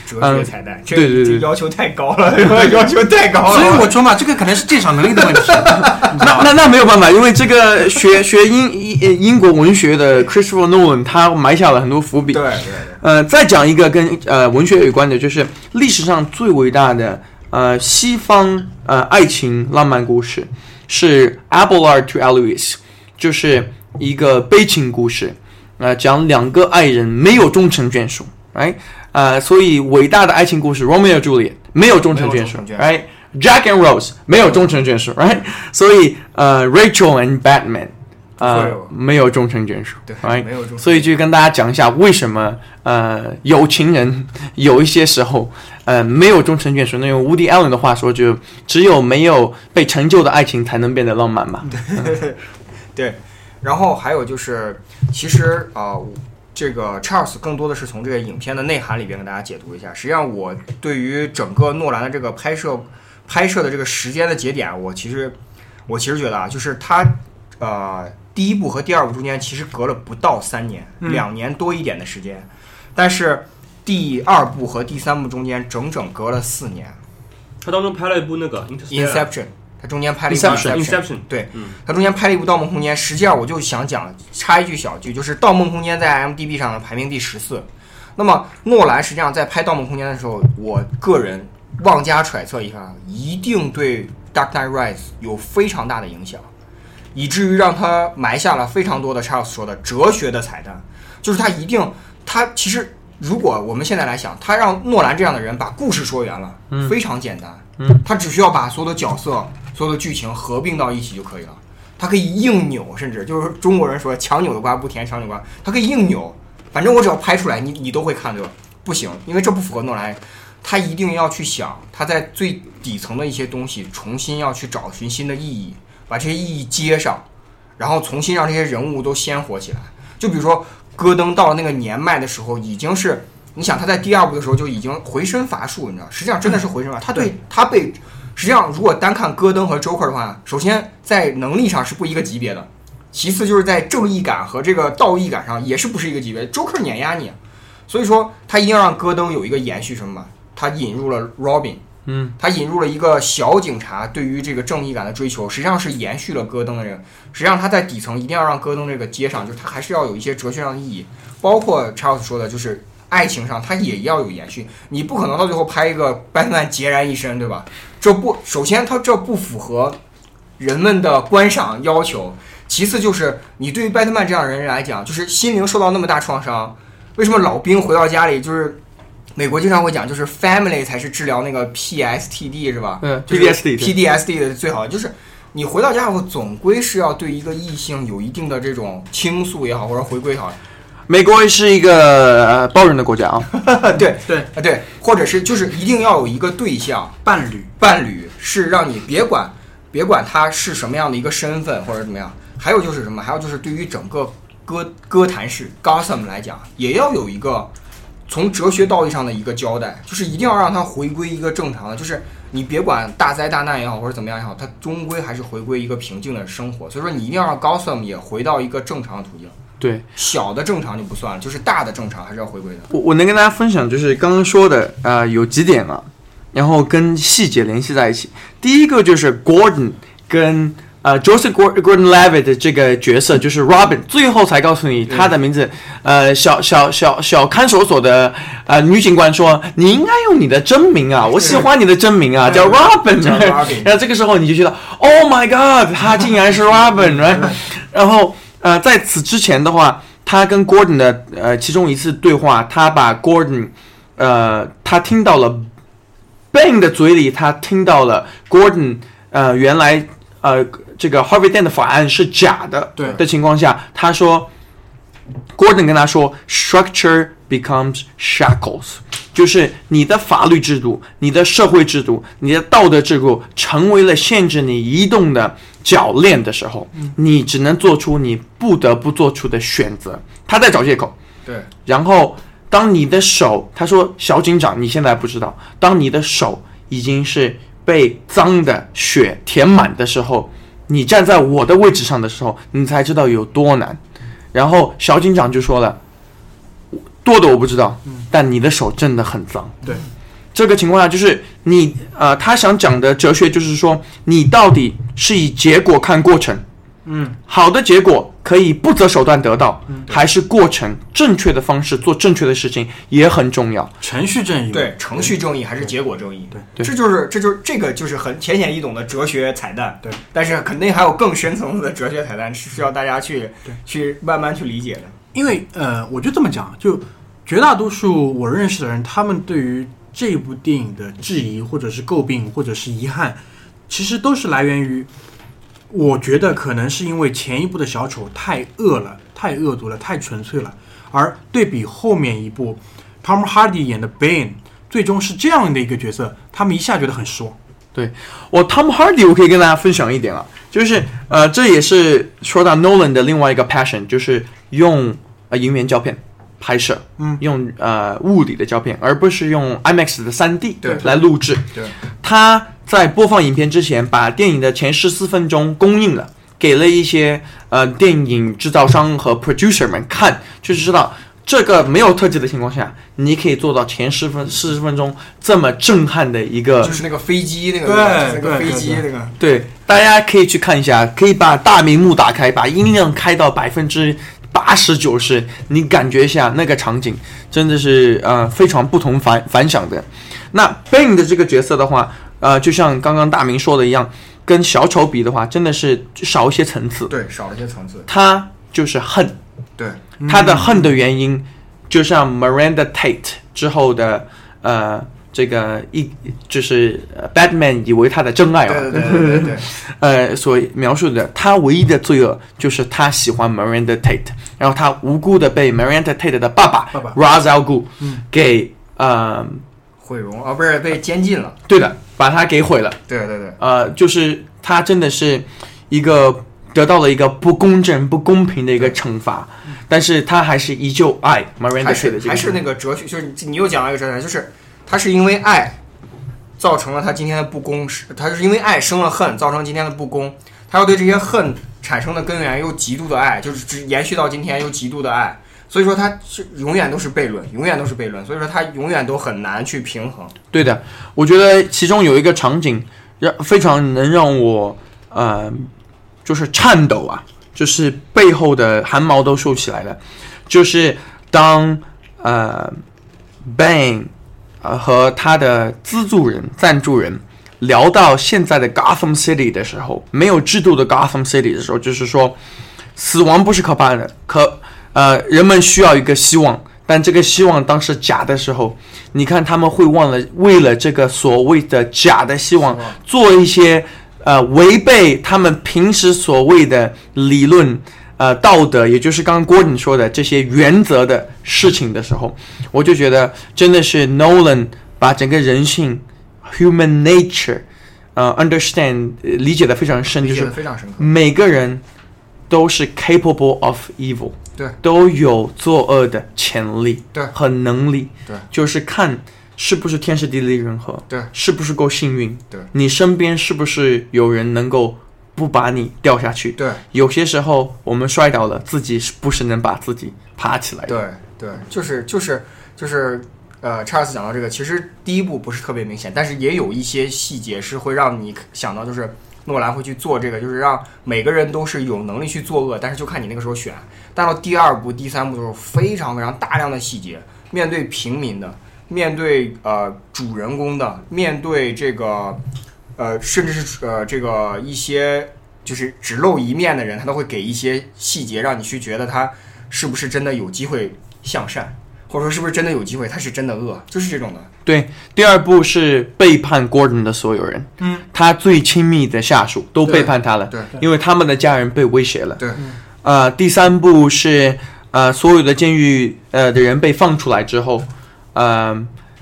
[SPEAKER 4] 哲
[SPEAKER 2] 嗯
[SPEAKER 4] 学彩蛋，这
[SPEAKER 2] 对对对
[SPEAKER 4] 这要求太高了，要求太高了。
[SPEAKER 1] 所以我说嘛，这个可能是鉴赏能力的问
[SPEAKER 4] [LAUGHS]
[SPEAKER 1] 题。
[SPEAKER 2] 那那那没有办法，因为这个学学英英英国文学的 Christopher Nolan 他埋下了很多伏笔。
[SPEAKER 4] 对对对，
[SPEAKER 2] 呃，再讲一个跟呃文学有关的，就是历史上最伟大的呃西方呃爱情浪漫故事是 Abelard to Eloise，就是一个悲情故事，呃，讲两个爱人没有终成眷属，哎，呃，所以伟大的爱情故事 Romeo and Juliet 没有终成眷属
[SPEAKER 4] 没有终成眷属
[SPEAKER 2] ，right。Jack and Rose 没有终成眷属，right？所以呃，Rachel and Batman，
[SPEAKER 4] 会
[SPEAKER 2] 呃
[SPEAKER 4] 有，
[SPEAKER 2] 没有终成眷属
[SPEAKER 4] 对
[SPEAKER 2] ，right？
[SPEAKER 4] 没有终成
[SPEAKER 2] 所以就跟大家讲一下为什么呃有情人 [LAUGHS] 有一些时候呃没有终成眷属。那用 Woody Allen 的话说，就只有没有被成就的爱情才能变得浪漫嘛。
[SPEAKER 4] 对，然后还有就是，其实啊、呃这个 Charles 更多的是从这个影片的内涵里边给大家解读一下。实际上，我对于整个诺兰的这个拍摄拍摄的这个时间的节点，我其实我其实觉得啊，就是他呃第一部和第二部中间其实隔了不到三年，
[SPEAKER 1] 嗯
[SPEAKER 4] 两年多一点的时间，但是第二部和第三部中间整整隔了四年。
[SPEAKER 3] 他当中拍了一部那个 Interstellar
[SPEAKER 4] Inception，他中间拍了一部
[SPEAKER 2] Inception
[SPEAKER 3] Inception
[SPEAKER 4] 对
[SPEAKER 3] 嗯，
[SPEAKER 4] 他中间拍了一部《盗梦空间》，实际上我就想讲插一句小句，就是《盗梦空间》在 IMDB 上排名第十四。那么诺兰实际上在拍《盗梦空间》的时候，我个人妄加揣测一下，啊一定对《Dark Knight Rise》有非常大的影响，以至于让他埋下了非常多的 Charles 说的哲学的彩蛋，就是他一定，他其实如果我们现在来想，他让诺兰这样的人把故事说圆了，
[SPEAKER 3] 嗯
[SPEAKER 4] 非常简单，他只需要把所有的角色、所有的剧情合并到一起就可以了。他可以硬扭，甚至就是中国人说“强扭的瓜不甜，强扭瓜”，他可以硬扭。反正我只要拍出来，你你都会看对吧？不行，因为这不符合诺兰，他一定要去想他在最底层的一些东西，重新要去找寻新的意义，把这些意义接上，然后重新让这些人物都鲜活起来。就比如说戈登到了那个年迈的时候，已经是你想他在第二部的时候就已经回身乏术，你知道，实际上真的是回身乏。他对他被实际上如果单看戈登和 Joker 的话，首先在能力上是不一个级别的，其次就是在正义感和这个道义感上也是不是一个级别。Joker 碾压你，所以说他一定要让戈登有一个延续什么嘛？他引入了 Robin。
[SPEAKER 2] 嗯，
[SPEAKER 4] 他引入了一个小警察对于这个正义感的追求，实际上是延续了戈登的这个实际上他在底层一定要让戈登这个接上，就是他还是要有一些哲学上的意义，包括 Charles 说的，就是爱情上他也要有延续。你不可能到最后拍一个班曼孑然一身，对吧？这不，首先他这不符合人们的观赏要求，其次就是你对于拜特曼这样的人来讲，就是心灵受到那么大创伤，为什么老兵回到家里就是？美国经常会讲，就是 family 才是治疗那个 PSTD 是吧？
[SPEAKER 2] 嗯
[SPEAKER 4] 就是
[SPEAKER 2] PTSD 对
[SPEAKER 4] PDSD 的最好，就是你回到家后，总归是要对一个异性有一定的这种倾诉也好，或者回归也好。
[SPEAKER 2] 美国是一个呃包容的国家啊，
[SPEAKER 4] 对
[SPEAKER 1] 对
[SPEAKER 4] 啊对，或者是就是一定要有一个对象，
[SPEAKER 1] 伴侣，
[SPEAKER 4] 伴侣是让你别管别管他是什么样的一个身份或者怎么样。还有就是什么？还有就是对于整个歌歌坛是 Gotham 来讲，也要有一个从哲学道义上的一个交代，就是一定要让它回归一个正常的，就是你别管大灾大难也好或者怎么样也好，它终归还是回归一个平静的生活。所以说，你一定要让 Gotham 也回到一个正常的途径，
[SPEAKER 2] 对
[SPEAKER 4] 小的正常就不算了，就是大的正常还是要回归的。
[SPEAKER 2] 我我能跟大家分享，就是刚刚说的啊、呃有几点啊，然后跟细节联系在一起。第一个就是 Gordon 跟呃 Joseph Gor- Gordon Levitt 的这个角色，就是 Robin，最后才告诉你他的名字。呃，小小小小看守所的呃女警官说：“你应该用你的真名啊，我喜欢你的真名啊，
[SPEAKER 4] 嗯
[SPEAKER 2] 叫 Robin。
[SPEAKER 4] 叫
[SPEAKER 2] [LAUGHS]
[SPEAKER 4] Robin
[SPEAKER 2] 然后这个时候你就觉得，Oh my God，他竟然是 Robin，right？然后呃，在此之前的话，他跟 Gordon 的呃其中一次对话，他把 Gordon，呃，他听到了 Bang 的嘴里，他听到了 Gordon，呃，原来呃这个 Harvey Dent 的法案是假的，
[SPEAKER 1] 对
[SPEAKER 2] 的情况下，他说，Gordon 跟他说，structure becomes shackles。就是你的法律制度、你的社会制度、你的道德制度成为了限制你移动的脚链的时候，你只能做出你不得不做出的选择。他在找借口，
[SPEAKER 4] 对，
[SPEAKER 2] 然后当你的手，他说小警长，你现在不知道，当你的手已经是被脏的血填满的时候，你站在我的位置上的时候，你才知道有多难。然后小警长就说了，多的我不知道，但你的手真的很脏。
[SPEAKER 1] 对，
[SPEAKER 2] 这个情况下，就是你呃，他想讲的哲学就是说，你到底是以结果看过程，
[SPEAKER 1] 嗯，
[SPEAKER 2] 好的结果可以不择手段得到，还是过程正确的方式做正确的事情也很重要。
[SPEAKER 1] 程序正义，
[SPEAKER 4] 对，程序正义还是结果正义？
[SPEAKER 1] 对
[SPEAKER 2] 对
[SPEAKER 4] 这就是这就是这个就是很浅显易懂的哲学彩蛋。
[SPEAKER 1] 对，
[SPEAKER 4] 但是肯定还有更深层次的哲学彩蛋是需要大家去去慢慢去理解的。
[SPEAKER 1] 因为呃，我就这么讲，就绝大多数我认识的人，他们对于这部电影的质疑，或者是诟病，或者是遗憾，其实都是来源于，我觉得可能是因为前一部的小丑太恶了，太恶毒了，太纯粹了，而对比后面一部，Tom Hardy 演的 Bane，最终是这样的一个角色，他们一下觉得很失望。
[SPEAKER 2] 对我 Tom Hardy，我可以跟大家分享一点啊，就是呃，这也是说到 Nolan 的另外一个 passion，就是用呃银元胶片拍摄，
[SPEAKER 1] 嗯，
[SPEAKER 2] 用呃物理的胶片，而不是用 IMAX 的 3D
[SPEAKER 4] 对
[SPEAKER 2] 来录制。
[SPEAKER 4] 对，
[SPEAKER 2] 他在播放影片之前，把电影的前十四分钟公映了，给了一些呃电影制造商和 producer 们看，就是知道这个没有特技的情况下，你可以做到前十分四十分钟这么震撼的一个
[SPEAKER 4] 就是那个飞机那个
[SPEAKER 1] 对
[SPEAKER 4] 那个
[SPEAKER 1] 对
[SPEAKER 4] 飞机
[SPEAKER 1] 对
[SPEAKER 4] 那个。
[SPEAKER 2] 对，大家可以去看一下，可以把大屏幕打开，把音量开到百分之八十九十，你感觉一下那个场景，真的是呃非常不同凡凡响的。那 Bane 的这个角色的话，呃，就像刚刚大明说的一样，跟小丑比的话，真的是少一些层次。
[SPEAKER 4] 对，少了一些层次。
[SPEAKER 2] 他就是恨，
[SPEAKER 4] 对，
[SPEAKER 2] 他的恨的原因，就像 Miranda Tate 之后的呃这个一就是呃 Batman 以为他的真爱啊，
[SPEAKER 4] 对对对对对对，
[SPEAKER 2] 呃所描述的，他唯一的罪恶就是他喜欢 Miranda Tate，然后他无辜的被 Miranda Tate 的爸爸
[SPEAKER 1] 爸爸
[SPEAKER 2] Ra's al Ghul
[SPEAKER 4] 嗯
[SPEAKER 2] 给呃
[SPEAKER 4] 毁容啊，不是被监禁了。
[SPEAKER 2] 对的，把他给毁了。
[SPEAKER 4] 对对对，
[SPEAKER 2] 呃，就是他真的是一个得到了一个不公正、不公平的一个惩罚，但是他还是依旧爱 Miranda
[SPEAKER 4] 还
[SPEAKER 2] Tate 的
[SPEAKER 4] 是
[SPEAKER 2] 这
[SPEAKER 4] 还
[SPEAKER 2] 个
[SPEAKER 4] 是那个哲学，就是你又讲到一个哲学，就是他是因为爱造成了他今天的不公，是他是因为爱生了恨，造成今天的不公。他又对这些恨产生的根源又极度的爱，就是只延续到今天又极度的爱，所以说他是永远都是悖论，永远都是悖论，所以说他永远都很难去平衡。
[SPEAKER 2] 对的，我觉得其中有一个场景让非常能让我呃，就是颤抖啊，就是背后的汗毛都竖起来了，就是当呃 Bang 呃和他的资助人、赞助人聊到现在的 Gotham City 的时候，没有制度的 Gotham City 的时候，就是说死亡不是可怕的，可呃人们需要一个希望，但这个希望当时假的时候，你看他们会忘了为了这个所谓的假的希望
[SPEAKER 4] 希望
[SPEAKER 2] 做一些呃违背他们平时所谓的理论。呃道德，也就是刚刚郭 o 说的这些原则的事情的时候，我就觉得真的是 Nolan 把整个人性 human nature 呃 understand 呃理解的非常深，
[SPEAKER 4] 理
[SPEAKER 2] 就
[SPEAKER 4] 解
[SPEAKER 2] 是
[SPEAKER 4] 的非常深刻。
[SPEAKER 2] 每个人都是 capable of evil，
[SPEAKER 4] 对，
[SPEAKER 2] 都有作恶的潜力，
[SPEAKER 4] 对
[SPEAKER 2] 和能力，
[SPEAKER 4] 对，
[SPEAKER 2] 就是看是不是天时地利人和，
[SPEAKER 4] 对
[SPEAKER 2] 是不是够幸运，
[SPEAKER 4] 对，
[SPEAKER 2] 你身边是不是有人能够不把你掉下去？
[SPEAKER 4] 对
[SPEAKER 2] 有些时候我们摔倒了，自己是不是能把自己爬起来？，
[SPEAKER 4] 对对，就是就是就是，呃，查尔斯讲到这个，其实第一步不是特别明显，但是也有一些细节是会让你想到，就是诺兰会去做这个，就是让每个人都是有能力去作恶，但是就看你那个时候选。但到第二部、第三部的时候，非常非常大量的细节，面对平民的，面对呃主人公的，面对这个呃，甚至是呃这个一些就是只露一面的人，他都会给一些细节，让你去觉得他是不是真的有机会向善，或者说是不是真的有机会他是真的恶，就是这种的。
[SPEAKER 2] 对，第二步是背叛 Gordon 的所有人，
[SPEAKER 1] 嗯，
[SPEAKER 2] 他最亲密的下属都背叛他了，
[SPEAKER 4] 对嗯
[SPEAKER 2] 因为他们的家人被威胁了。
[SPEAKER 4] 对
[SPEAKER 2] 呃，第三步是呃，所有的监狱呃的人被放出来之后，呃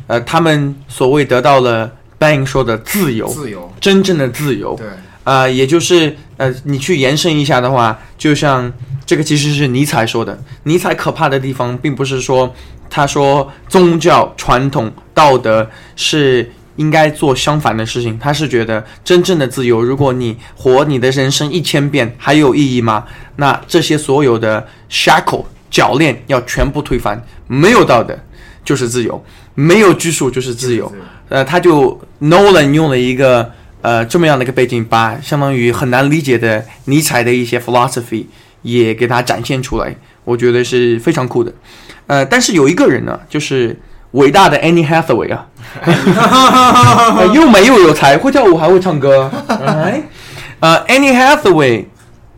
[SPEAKER 2] 呃，他们所谓得到了 Bang 说的自由，
[SPEAKER 4] 自由，
[SPEAKER 2] 真正的自由。
[SPEAKER 4] 对
[SPEAKER 2] 呃，也就是呃，你去延伸一下的话，就像这个其实是尼采说的，尼采可怕的地方，并不是说他说宗教、传统、道德是。应该做相反的事情，他是觉得真正的自由，如果你活你的人生一千遍，还有意义吗？那这些所有的 shackle 脚链要全部推翻，没有道德就是自由，没有拘束就是自由
[SPEAKER 4] 自由。
[SPEAKER 2] 呃，他就 Nolan 用了一个呃这么样的一个背景，把相当于很难理解的尼采的一些 philosophy 也给它展现出来，我觉得是非常酷的。呃，但是有一个人呢，就是伟大的 Annie Hathaway 啊， [LAUGHS] 呃又美又有才，会跳舞还会唱歌。哎，呃，Annie Hathaway，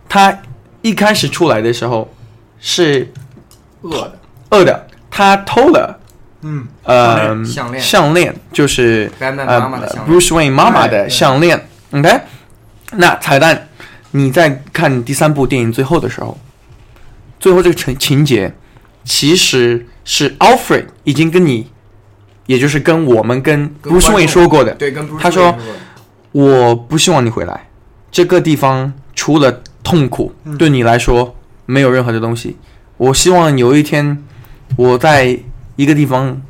[SPEAKER 2] 她一开始出来的时候是
[SPEAKER 4] 恶的
[SPEAKER 2] 恶的，她偷了
[SPEAKER 1] 嗯，
[SPEAKER 2] 呃
[SPEAKER 4] 项链
[SPEAKER 2] 项链，就是
[SPEAKER 4] ，Batman
[SPEAKER 2] 呃
[SPEAKER 4] 妈妈的项链，
[SPEAKER 2] Bruce Wayne 妈妈
[SPEAKER 1] 对
[SPEAKER 2] 的
[SPEAKER 1] 对
[SPEAKER 2] 项链。OK，那彩蛋，你在看第三部电影最后的时候，最后这个情情节其实是 Alfred 已经跟你，也就是跟我们跟
[SPEAKER 4] 跟
[SPEAKER 2] Bruce
[SPEAKER 4] 观众
[SPEAKER 2] Wayne 说过的，
[SPEAKER 4] 对，跟 Bruce
[SPEAKER 2] 他说
[SPEAKER 4] Wayne
[SPEAKER 2] 我不希望你回来，这个地方除了痛苦，
[SPEAKER 1] 嗯
[SPEAKER 2] 对你来说没有任何的东西。我希望有一天我在一个地方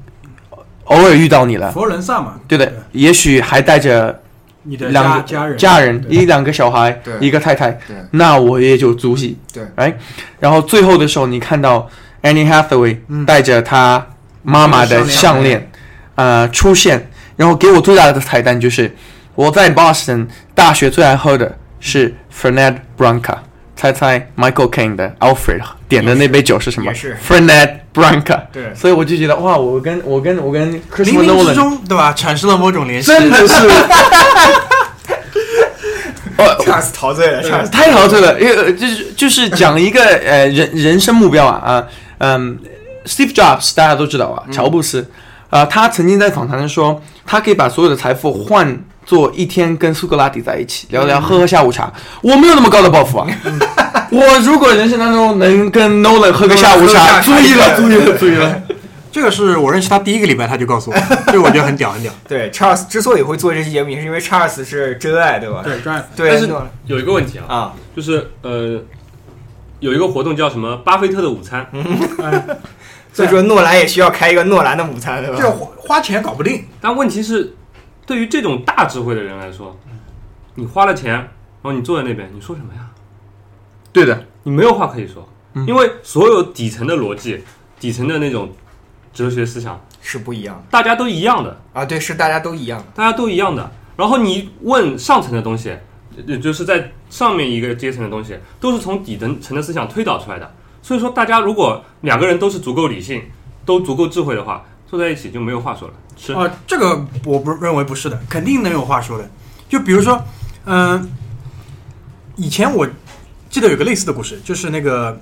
[SPEAKER 2] 偶尔遇到你了。
[SPEAKER 1] 佛罗伦萨嘛，
[SPEAKER 2] 对的，也许还带着
[SPEAKER 1] 你的
[SPEAKER 2] 两
[SPEAKER 1] 家
[SPEAKER 2] 个
[SPEAKER 1] 家人
[SPEAKER 2] 家人
[SPEAKER 1] 对
[SPEAKER 2] 一两个小孩
[SPEAKER 4] 对，
[SPEAKER 2] 一个太太，
[SPEAKER 4] 对
[SPEAKER 2] 那我也就足喜。
[SPEAKER 4] 对
[SPEAKER 2] 哎，然后最后的时候，你看到 Annie Hathaway
[SPEAKER 1] 嗯
[SPEAKER 2] 带着她妈妈的项
[SPEAKER 4] 项
[SPEAKER 2] 链，呃，出现，然后给我最大的彩蛋就是，我在 Boston 大学最爱喝的是 Fernet Branca。猜猜 Michael Caine 的 Alfred 点的那杯酒是什么
[SPEAKER 4] 也是
[SPEAKER 2] ？Fernet Branca。
[SPEAKER 4] 对
[SPEAKER 2] 所以我就觉得哇，我跟我跟我跟
[SPEAKER 1] 冥
[SPEAKER 2] Christopher
[SPEAKER 1] 冥之
[SPEAKER 2] Nolan
[SPEAKER 1] 中对吧，产生了某种联系。
[SPEAKER 2] 真的是，
[SPEAKER 4] 对查尔斯陶醉了，查尔斯
[SPEAKER 2] 太陶醉了，因为呃就是就是讲一个呃人人生目标啊啊嗯，Steve Jobs 大家都知道
[SPEAKER 4] 嗯
[SPEAKER 2] 啊，乔布斯啊、他曾经在访谈中说，他可以把所有的财富换做一天跟苏格拉底在一起聊聊，喝喝下午茶。我没有那么高的抱负啊，
[SPEAKER 4] 嗯
[SPEAKER 2] 我如果人生当中能跟 Nolan 喝个下午茶，
[SPEAKER 4] Nolan [LAUGHS] 喝
[SPEAKER 2] 注
[SPEAKER 4] 个下午茶
[SPEAKER 2] 意了，注意了，注意了。
[SPEAKER 1] 这个是我认识他第一个礼拜他就告 [LAUGHS] 诉我，这个我觉得很屌很屌。
[SPEAKER 4] 对查尔斯之所以会做这期节目，也是因为查尔斯是真爱，对吧？
[SPEAKER 1] 对，专业
[SPEAKER 4] 对，
[SPEAKER 3] 但是
[SPEAKER 4] 诺兰
[SPEAKER 3] 有一个问题啊，
[SPEAKER 4] 啊，
[SPEAKER 3] 就是呃，有一个活动叫什么“巴菲特的午餐
[SPEAKER 4] 所以说诺兰也需要开一个诺兰的午餐，对
[SPEAKER 1] 这
[SPEAKER 4] 吧？
[SPEAKER 1] 花花钱搞不定，”，
[SPEAKER 3] 但问题是，对于这种大智慧的人来说，你花了钱，然后你坐在那边，你说什么呀？
[SPEAKER 2] 对的，
[SPEAKER 3] 你没有话可以说，
[SPEAKER 4] 嗯
[SPEAKER 3] 因为所有底层的逻辑、底层的那种哲学思想，
[SPEAKER 4] 是不一样
[SPEAKER 3] 大家都一样的，
[SPEAKER 4] 的啊，对，是大家都一样的，
[SPEAKER 3] 大家都一样的。然后你问上层的东西，也就是在上面一个阶层的东西，都是从底层层的思想推导出来的。所以说，大家如果两个人都是足够理性，都足够智慧的话，坐在一起就没有话说了。是，
[SPEAKER 1] 啊、这个我不认为不是的，肯定能有话说的。就比如说，嗯、以前我记得有个类似的故事，就是那个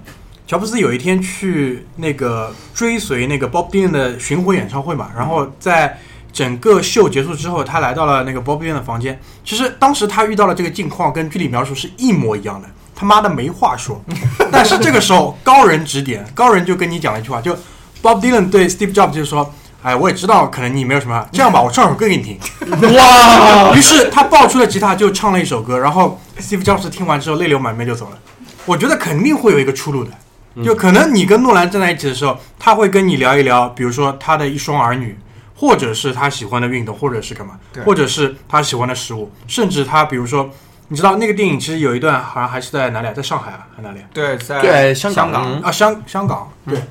[SPEAKER 1] 乔布斯有一天去那个追随那个 Bob Dylan 的巡回演唱会嘛，然后在整个秀结束之后，他来到了那个 Bob Dylan 的房间。其实当时他遇到了这个境况，跟剧里描述是一模一样的，他妈的没话说。但是这个时候高人指点，高人就跟你讲了一句话，就 Bob Dylan 对 Steve Jobs 就是说。哎，我也知道，可能你没有什么。这样吧，我唱首歌给你听。
[SPEAKER 2] 哇，
[SPEAKER 1] 于是他抱出了吉他，就唱了一首歌。然后 Steve Jobs 听完之后，泪流满面就走了。我觉得肯定会有一个出路的，
[SPEAKER 4] 嗯
[SPEAKER 1] 就可能你跟诺兰站在一起的时候，他会跟你聊一聊，比如说他的一双儿女，或者是他喜欢的运动，或者是干嘛
[SPEAKER 4] 对，
[SPEAKER 1] 或者是他喜欢的食物，甚至他比如说，你知道那个电影其实有一段好像还是在哪里啊，在上海啊，还哪里啊？
[SPEAKER 4] 对，在
[SPEAKER 2] 对
[SPEAKER 4] 香
[SPEAKER 2] 香
[SPEAKER 4] 港
[SPEAKER 2] 港嗯
[SPEAKER 1] 啊，香香港，
[SPEAKER 4] 嗯
[SPEAKER 1] 对，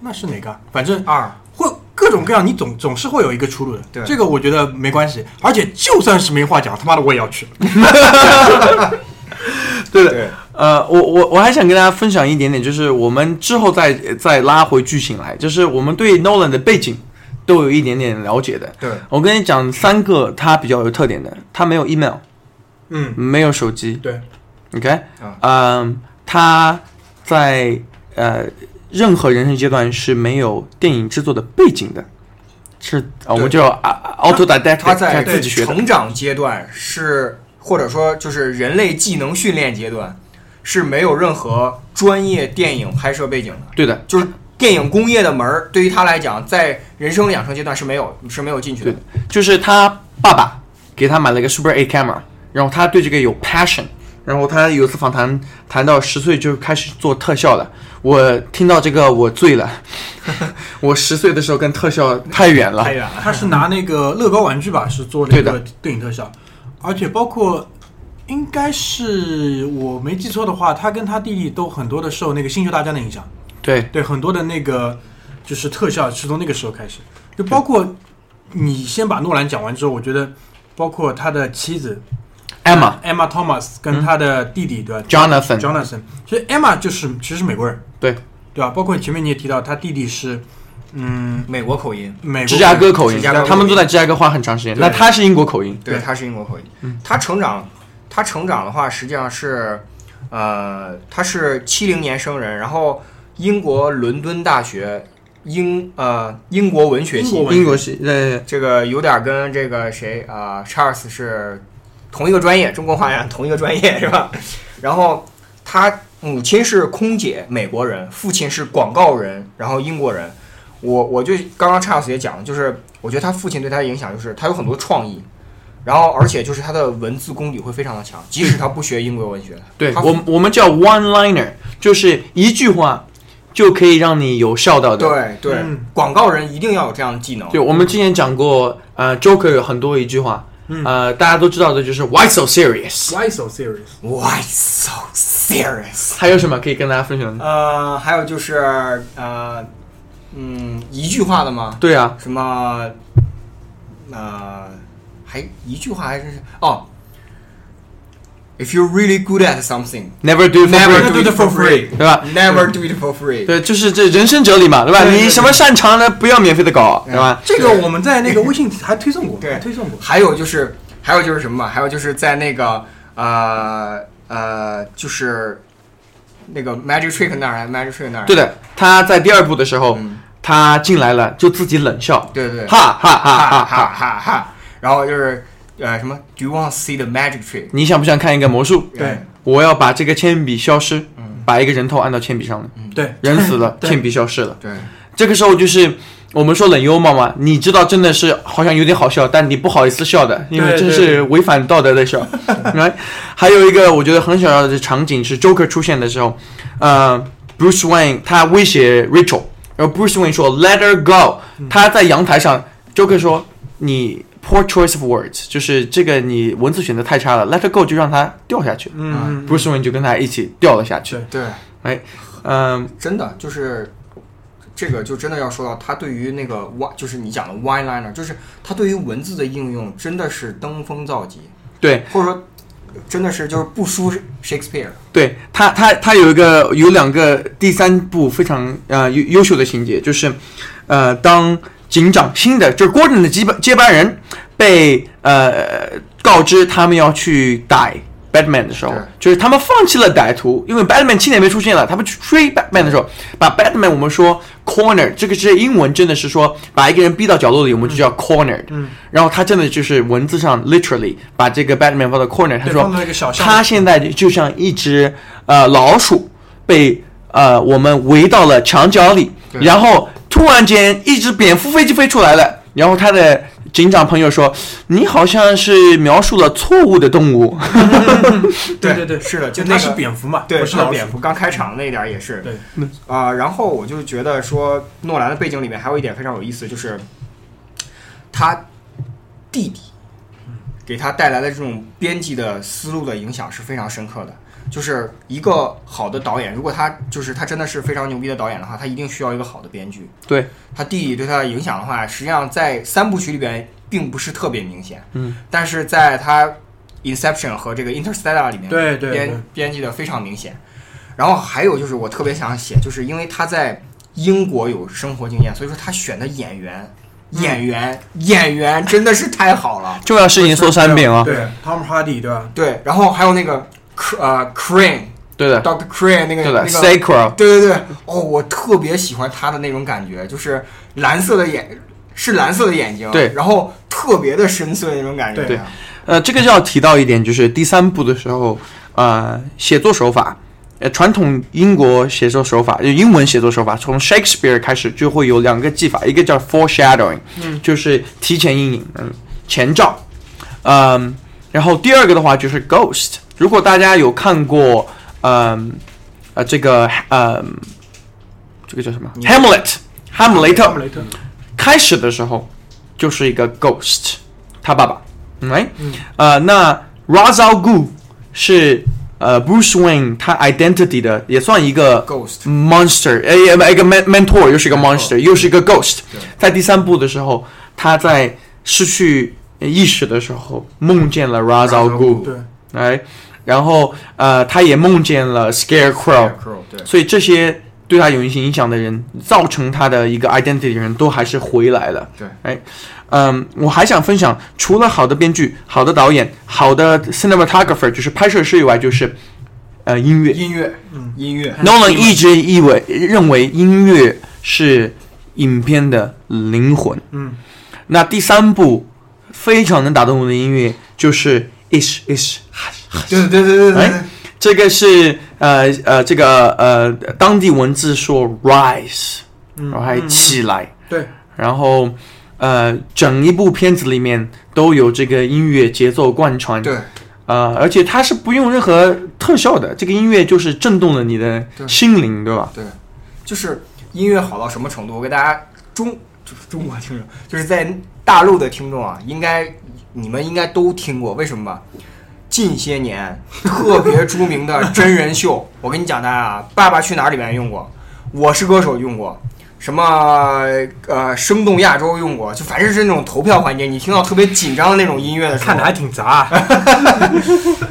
[SPEAKER 1] 那是哪个啊？反正
[SPEAKER 4] 二，
[SPEAKER 1] 会各种各样，你总总是会有一个出路的。
[SPEAKER 4] 对
[SPEAKER 1] 这个我觉得没关系。而且就算是没话讲，他妈的我也要去。
[SPEAKER 2] 对的
[SPEAKER 4] 对，
[SPEAKER 2] 呃，我我我还想跟大家分享一点点，就是我们之后再再拉回剧情来，就是我们对 Nolan 的背景都有一点点了解的。
[SPEAKER 4] 对，
[SPEAKER 2] 我跟你讲三个他比较有特点的，他没有 email，
[SPEAKER 1] 嗯，
[SPEAKER 2] 没有手机
[SPEAKER 1] 对，
[SPEAKER 2] ，OK，
[SPEAKER 4] 啊
[SPEAKER 2] 嗯、他在呃任何人生阶段是没有电影制作的背景的，是啊、我
[SPEAKER 4] 对
[SPEAKER 2] 们就啊 auto didact，
[SPEAKER 4] 他在
[SPEAKER 2] 自己学的，
[SPEAKER 4] 成长阶段是，或者说就是人类技能训练阶段，是没有任何专业电影拍摄背景的，
[SPEAKER 2] 对的，
[SPEAKER 4] 就是电影工业的门儿，对于他来讲，在人生的养成阶段是没有是没有进去的
[SPEAKER 2] 对。就是他爸爸给他买了一个 Super A camera，然后他对这个有 passion，然后他有一次访谈谈到十岁就开始做特效了，我听到这个我醉
[SPEAKER 4] [LAUGHS]
[SPEAKER 2] 了，我十岁的时候跟特效太远了
[SPEAKER 4] 太，远了，
[SPEAKER 1] 他是拿那个乐高玩具吧，是做这
[SPEAKER 2] 对
[SPEAKER 1] 个电影特效，而且包括应该是我没记错的话，他跟他弟弟都很多的受那个星球大战的影响，
[SPEAKER 2] 对
[SPEAKER 1] 对很多的那个就是特效是从那个时候开始，就包括你先把诺兰讲完之后，我觉得包括他的妻子
[SPEAKER 2] Emma
[SPEAKER 1] Emma Thomas 跟他的弟弟、对吧
[SPEAKER 2] Jonathan
[SPEAKER 1] Jonathan，所以 Emma 就是其实是美国人，
[SPEAKER 2] 嗯对
[SPEAKER 1] 对吧？包括前面你也提到他弟弟是嗯
[SPEAKER 4] 美国口音，
[SPEAKER 1] 美国
[SPEAKER 2] 芝加哥口
[SPEAKER 4] 芝
[SPEAKER 2] 音
[SPEAKER 4] 加哥口，音
[SPEAKER 2] 他们都在芝加哥花很长时间，
[SPEAKER 4] 对
[SPEAKER 2] 那他是英国口音，
[SPEAKER 4] 对，
[SPEAKER 1] 对
[SPEAKER 4] 他是英国口音。他成长，他成长的话，实际上是，呃，他是七零年生人，然后英国伦敦大学英呃英国文学
[SPEAKER 1] 英
[SPEAKER 4] 系
[SPEAKER 1] 国，文
[SPEAKER 2] 英国呃系，对
[SPEAKER 4] 这个有点跟这个谁啊、查尔斯是同一个专业，中国画院同一个专业是 [LAUGHS] 吧？然后他母亲是空姐，美国人；父亲是广告人，然后英国人。我我就刚刚查尔斯也讲了，就是我觉得他父亲对他的影响就是他有很多创意，然后而且就是他的文字功底会非常的强，即使他不学英国文学。
[SPEAKER 2] 对，
[SPEAKER 4] 他
[SPEAKER 2] 我们我们叫 one liner，就是一句话就可以让你有笑到的。
[SPEAKER 4] 对对、
[SPEAKER 1] 嗯
[SPEAKER 4] 广告人一定要有这样的技能。
[SPEAKER 2] 对，我们之前讲过，呃，Joker 有很多一句话，
[SPEAKER 4] 嗯
[SPEAKER 2] 呃，大家都知道的就是 Why so serious？
[SPEAKER 1] Why so serious？
[SPEAKER 4] Why so serious？
[SPEAKER 2] 还有什么可以跟大家分享的？
[SPEAKER 4] 呃，还有就是呃，嗯，一句话的吗？
[SPEAKER 2] 对啊，
[SPEAKER 4] 什么？呃，还一句话还真是哦。If you're really good at something,
[SPEAKER 2] ，Never do for
[SPEAKER 4] never
[SPEAKER 2] free，
[SPEAKER 4] do it for free.
[SPEAKER 2] 对吧？
[SPEAKER 4] Never do it for free.
[SPEAKER 2] 对，就是这人生哲理嘛，对吧？
[SPEAKER 4] 对对对嗯
[SPEAKER 2] 你什么擅长的，不要免费的搞，对吧？
[SPEAKER 1] 这个我们在那个微信还推送过，
[SPEAKER 4] 对
[SPEAKER 1] 还推送过。
[SPEAKER 4] 还有就是，还有就是什么嘛？还有就是在那个呃呃，就是那个 Magic Trick 那儿还是，Magic Trick 那儿，
[SPEAKER 2] 对的，他在第二部的时候
[SPEAKER 4] 嗯，
[SPEAKER 2] 他进来了就自己冷笑，
[SPEAKER 4] 对对，
[SPEAKER 2] 哈哈哈哈
[SPEAKER 4] 哈哈
[SPEAKER 2] 哈！
[SPEAKER 4] 哈哈。然后就是呃什么，Do you want to see the magic trick？嗯
[SPEAKER 2] 你想不想看一个魔术？
[SPEAKER 1] 对
[SPEAKER 2] 我要把这个铅笔消失，把一个人头按到铅笔上了，
[SPEAKER 1] 对，
[SPEAKER 2] 人死了，
[SPEAKER 1] 对
[SPEAKER 2] 铅笔消失了。
[SPEAKER 4] 嗯对
[SPEAKER 2] 这个时候就是我们说冷幽默嘛，你知道真的是好像有点好笑，但你不好意思笑的，因为
[SPEAKER 1] 对
[SPEAKER 2] 这是违反道德的
[SPEAKER 1] [LAUGHS]
[SPEAKER 2] 笑。right？还有一个我觉得很想要的场景是 Joker 出现的时候，呃，Bruce Wayne 他威胁 Rachel，然后 Bruce Wayne 说 Let her go，他
[SPEAKER 1] 嗯
[SPEAKER 2] 在阳台上，Joker 说你 poor choice of words，就是这个你文字选择太差了，Let her go 就让他掉下去。
[SPEAKER 1] 嗯，
[SPEAKER 2] Bruce Wayne 就跟他一起掉了下去。
[SPEAKER 1] 对
[SPEAKER 4] 对，
[SPEAKER 2] 嗯、
[SPEAKER 4] 真的就是这个，就真的要说到他对于那个 Y，就是你讲的 Y liner，就是他对于文字的应用真的是登峰造极，
[SPEAKER 2] 对，
[SPEAKER 4] 或者说真的是就是不输 Shakespeare。
[SPEAKER 2] 对他，他他有一个有两个第三部非常呃优优秀的情节，就是呃，当警长新的就是 Gordon 的接班接班人被呃告知他们要去逮 Batman 的时候
[SPEAKER 4] 对，
[SPEAKER 2] 就是他们放弃了歹徒，因为 Batman 七年没出现了，他们去追 Batman 的时候，把 Batman 我们说 corner 这个是英文，真的是说把一个人逼到角落里，我们就叫 cornered。
[SPEAKER 1] 嗯，
[SPEAKER 2] 然后他真的就是文字上 literally 把这个 Batman 放到 corner，他
[SPEAKER 1] 对
[SPEAKER 2] 说
[SPEAKER 1] 放到一个小巷子
[SPEAKER 2] 他现在就像一只呃老鼠被呃我们围到了墙角里，
[SPEAKER 4] 对
[SPEAKER 2] 然后突然间一只蝙蝠飞机飞出来了，然后他的警长朋友说你好像是描述了错误的动物，
[SPEAKER 1] 对对
[SPEAKER 4] 对
[SPEAKER 1] 对
[SPEAKER 4] 是的，就
[SPEAKER 1] 就
[SPEAKER 4] 那
[SPEAKER 1] 那
[SPEAKER 4] 个
[SPEAKER 1] 是蝙蝠嘛，
[SPEAKER 4] 对，
[SPEAKER 1] 不
[SPEAKER 4] 是
[SPEAKER 1] 是
[SPEAKER 4] 的
[SPEAKER 1] 老
[SPEAKER 4] 蝙
[SPEAKER 1] 鼠。
[SPEAKER 4] 蝠刚开场那一点儿也是。
[SPEAKER 1] 对，
[SPEAKER 4] 啊、然后我就觉得说，诺兰的背景里面还有一点非常有意思，就是他弟弟给他带来的这种编辑的思路的影响是非常深刻的。就是一个好的导演，如果他就是他真的是非常牛逼的导演的话，他一定需要一个好的编剧。
[SPEAKER 2] 对
[SPEAKER 4] 他弟弟对他的影响的话，实际上在三部曲里边并不是特别明显，
[SPEAKER 2] 嗯，
[SPEAKER 4] 但是在他《Inception》和这个《Interstellar》里面，
[SPEAKER 1] 对对对
[SPEAKER 4] 编编辑的非常明显。然后还有就是我特别想写，就是因为他在英国有生活经验，所以说他选的演员，
[SPEAKER 2] 嗯
[SPEAKER 4] 演员，演员真的是太好了。
[SPEAKER 2] 重要事情说三遍啊，
[SPEAKER 1] 对，Tom Hardy 对吧？
[SPEAKER 4] 对，然后还有那个 Cr- 呃 Crane，Doctor
[SPEAKER 2] 对的，
[SPEAKER 4] Crane 那个
[SPEAKER 2] 对
[SPEAKER 4] 那
[SPEAKER 2] 的
[SPEAKER 4] 个
[SPEAKER 2] s a c r a
[SPEAKER 4] 对对对，哦，我特别喜欢他的那种感觉，就是蓝色的眼，是蓝色的眼睛，
[SPEAKER 2] 对
[SPEAKER 4] 然后特别的深邃那种感觉，
[SPEAKER 1] 对
[SPEAKER 2] 呃，这个就要提到一点，就是第三部的时候，呃，写作手法，呃，传统英国写作手法，就英文写作手法，从 Shakespeare 开始就会有两个技法，一个叫 foreshadowing，、就是提前阴影，嗯，前兆，嗯、然后第二个的话就是 ghost，如果大家有看过，嗯、呃，这个，嗯、这个叫什么？Hamlet，哈姆雷特，
[SPEAKER 1] 雷特，
[SPEAKER 2] 开始的时候就是一个 ghost，他爸爸，right？、呃，那 Ra's al Ghul 是呃 Bruce Wayne 他 identity 的也算一个
[SPEAKER 4] Ghost
[SPEAKER 2] monster，哎，也不一个 men- mentor 又是一个
[SPEAKER 4] Mentor
[SPEAKER 2] monster，又是一个 ghost
[SPEAKER 4] 对。
[SPEAKER 2] 在第三部的时候，他在失去意识的时候梦见了 Ra's al
[SPEAKER 4] Ra's al
[SPEAKER 2] Ghul，
[SPEAKER 1] 对，
[SPEAKER 2] 哎，然后呃，他也梦见了 Scarecrow。
[SPEAKER 4] Crow，对，
[SPEAKER 2] 所以这些对他有一些影响的人，造成他的一个 identity 的人都还是回来了。
[SPEAKER 4] 对，
[SPEAKER 2] 哎，嗯，我还想分享，除了好的编剧、好的导演、好的 cinematographer，就是拍摄师以外，就是呃音乐。
[SPEAKER 4] 音乐，
[SPEAKER 1] 嗯，
[SPEAKER 4] 音乐，
[SPEAKER 2] Nolan 一直以为认为音乐是影片的灵魂。
[SPEAKER 1] 嗯，
[SPEAKER 2] 那第三部非常能打动我的音乐就是 Ish Ish。
[SPEAKER 4] 对对对对对对
[SPEAKER 2] 哎，这个是呃呃，这个呃当地文字说 rise，然
[SPEAKER 4] 嗯
[SPEAKER 2] 后还起来，
[SPEAKER 1] 对，
[SPEAKER 2] 然后呃整一部片子里面都有这个音乐节奏贯穿，
[SPEAKER 4] 对，
[SPEAKER 2] 呃，而且它是不用任何特效的，这个音乐就是震动了你的
[SPEAKER 4] 对
[SPEAKER 2] 心灵，对吧？
[SPEAKER 4] 就是音乐好到什么程度？我给大家中就是中国听众，就是在大陆的听众啊，应该你们应该都听过，为什么吧？近些年特别著名的真人秀，我跟你讲，大家啊，《爸爸去哪儿》里面用过，《我是歌手》用过，什么呃《生动亚洲》用过，就凡是是那种投票环节，你听到特别紧张的那种音乐的时候，
[SPEAKER 1] 看的还挺杂，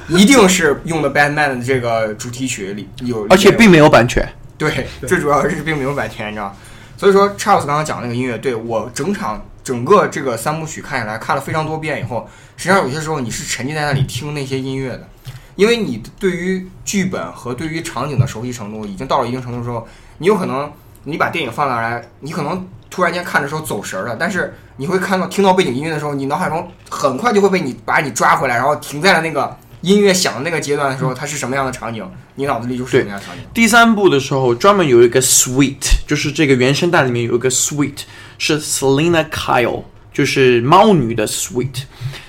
[SPEAKER 4] 一定是用的 Batman 的这个主题曲里有，
[SPEAKER 2] 而且
[SPEAKER 4] 有
[SPEAKER 2] 并没有版权，
[SPEAKER 4] 对，
[SPEAKER 1] 对
[SPEAKER 4] 最主要是并没有版权，你知道。所以说，Charles 刚刚讲那个音乐，对我整场整个这个三部曲看下来，看了非常多遍以后，实际上有些时候你是沉浸在那里听那些音乐的，因为你对于剧本和对于场景的熟悉程度已经到了一定程度之后，你有可能你把电影放下来，你可能突然间看的时候走神儿了，但是你会看到听到背景音乐的时候，你脑海中很快就会被你把你抓回来，然后停在了那个音乐响的那个阶段的时候，它是什么样的场景，你脑子里就是什么样的场景。
[SPEAKER 2] 第三部的时候，专门有一个 Sweet，就是这个原声带里面有一个 Sweet，是 Selena Kyle，就是猫女的 Sweet。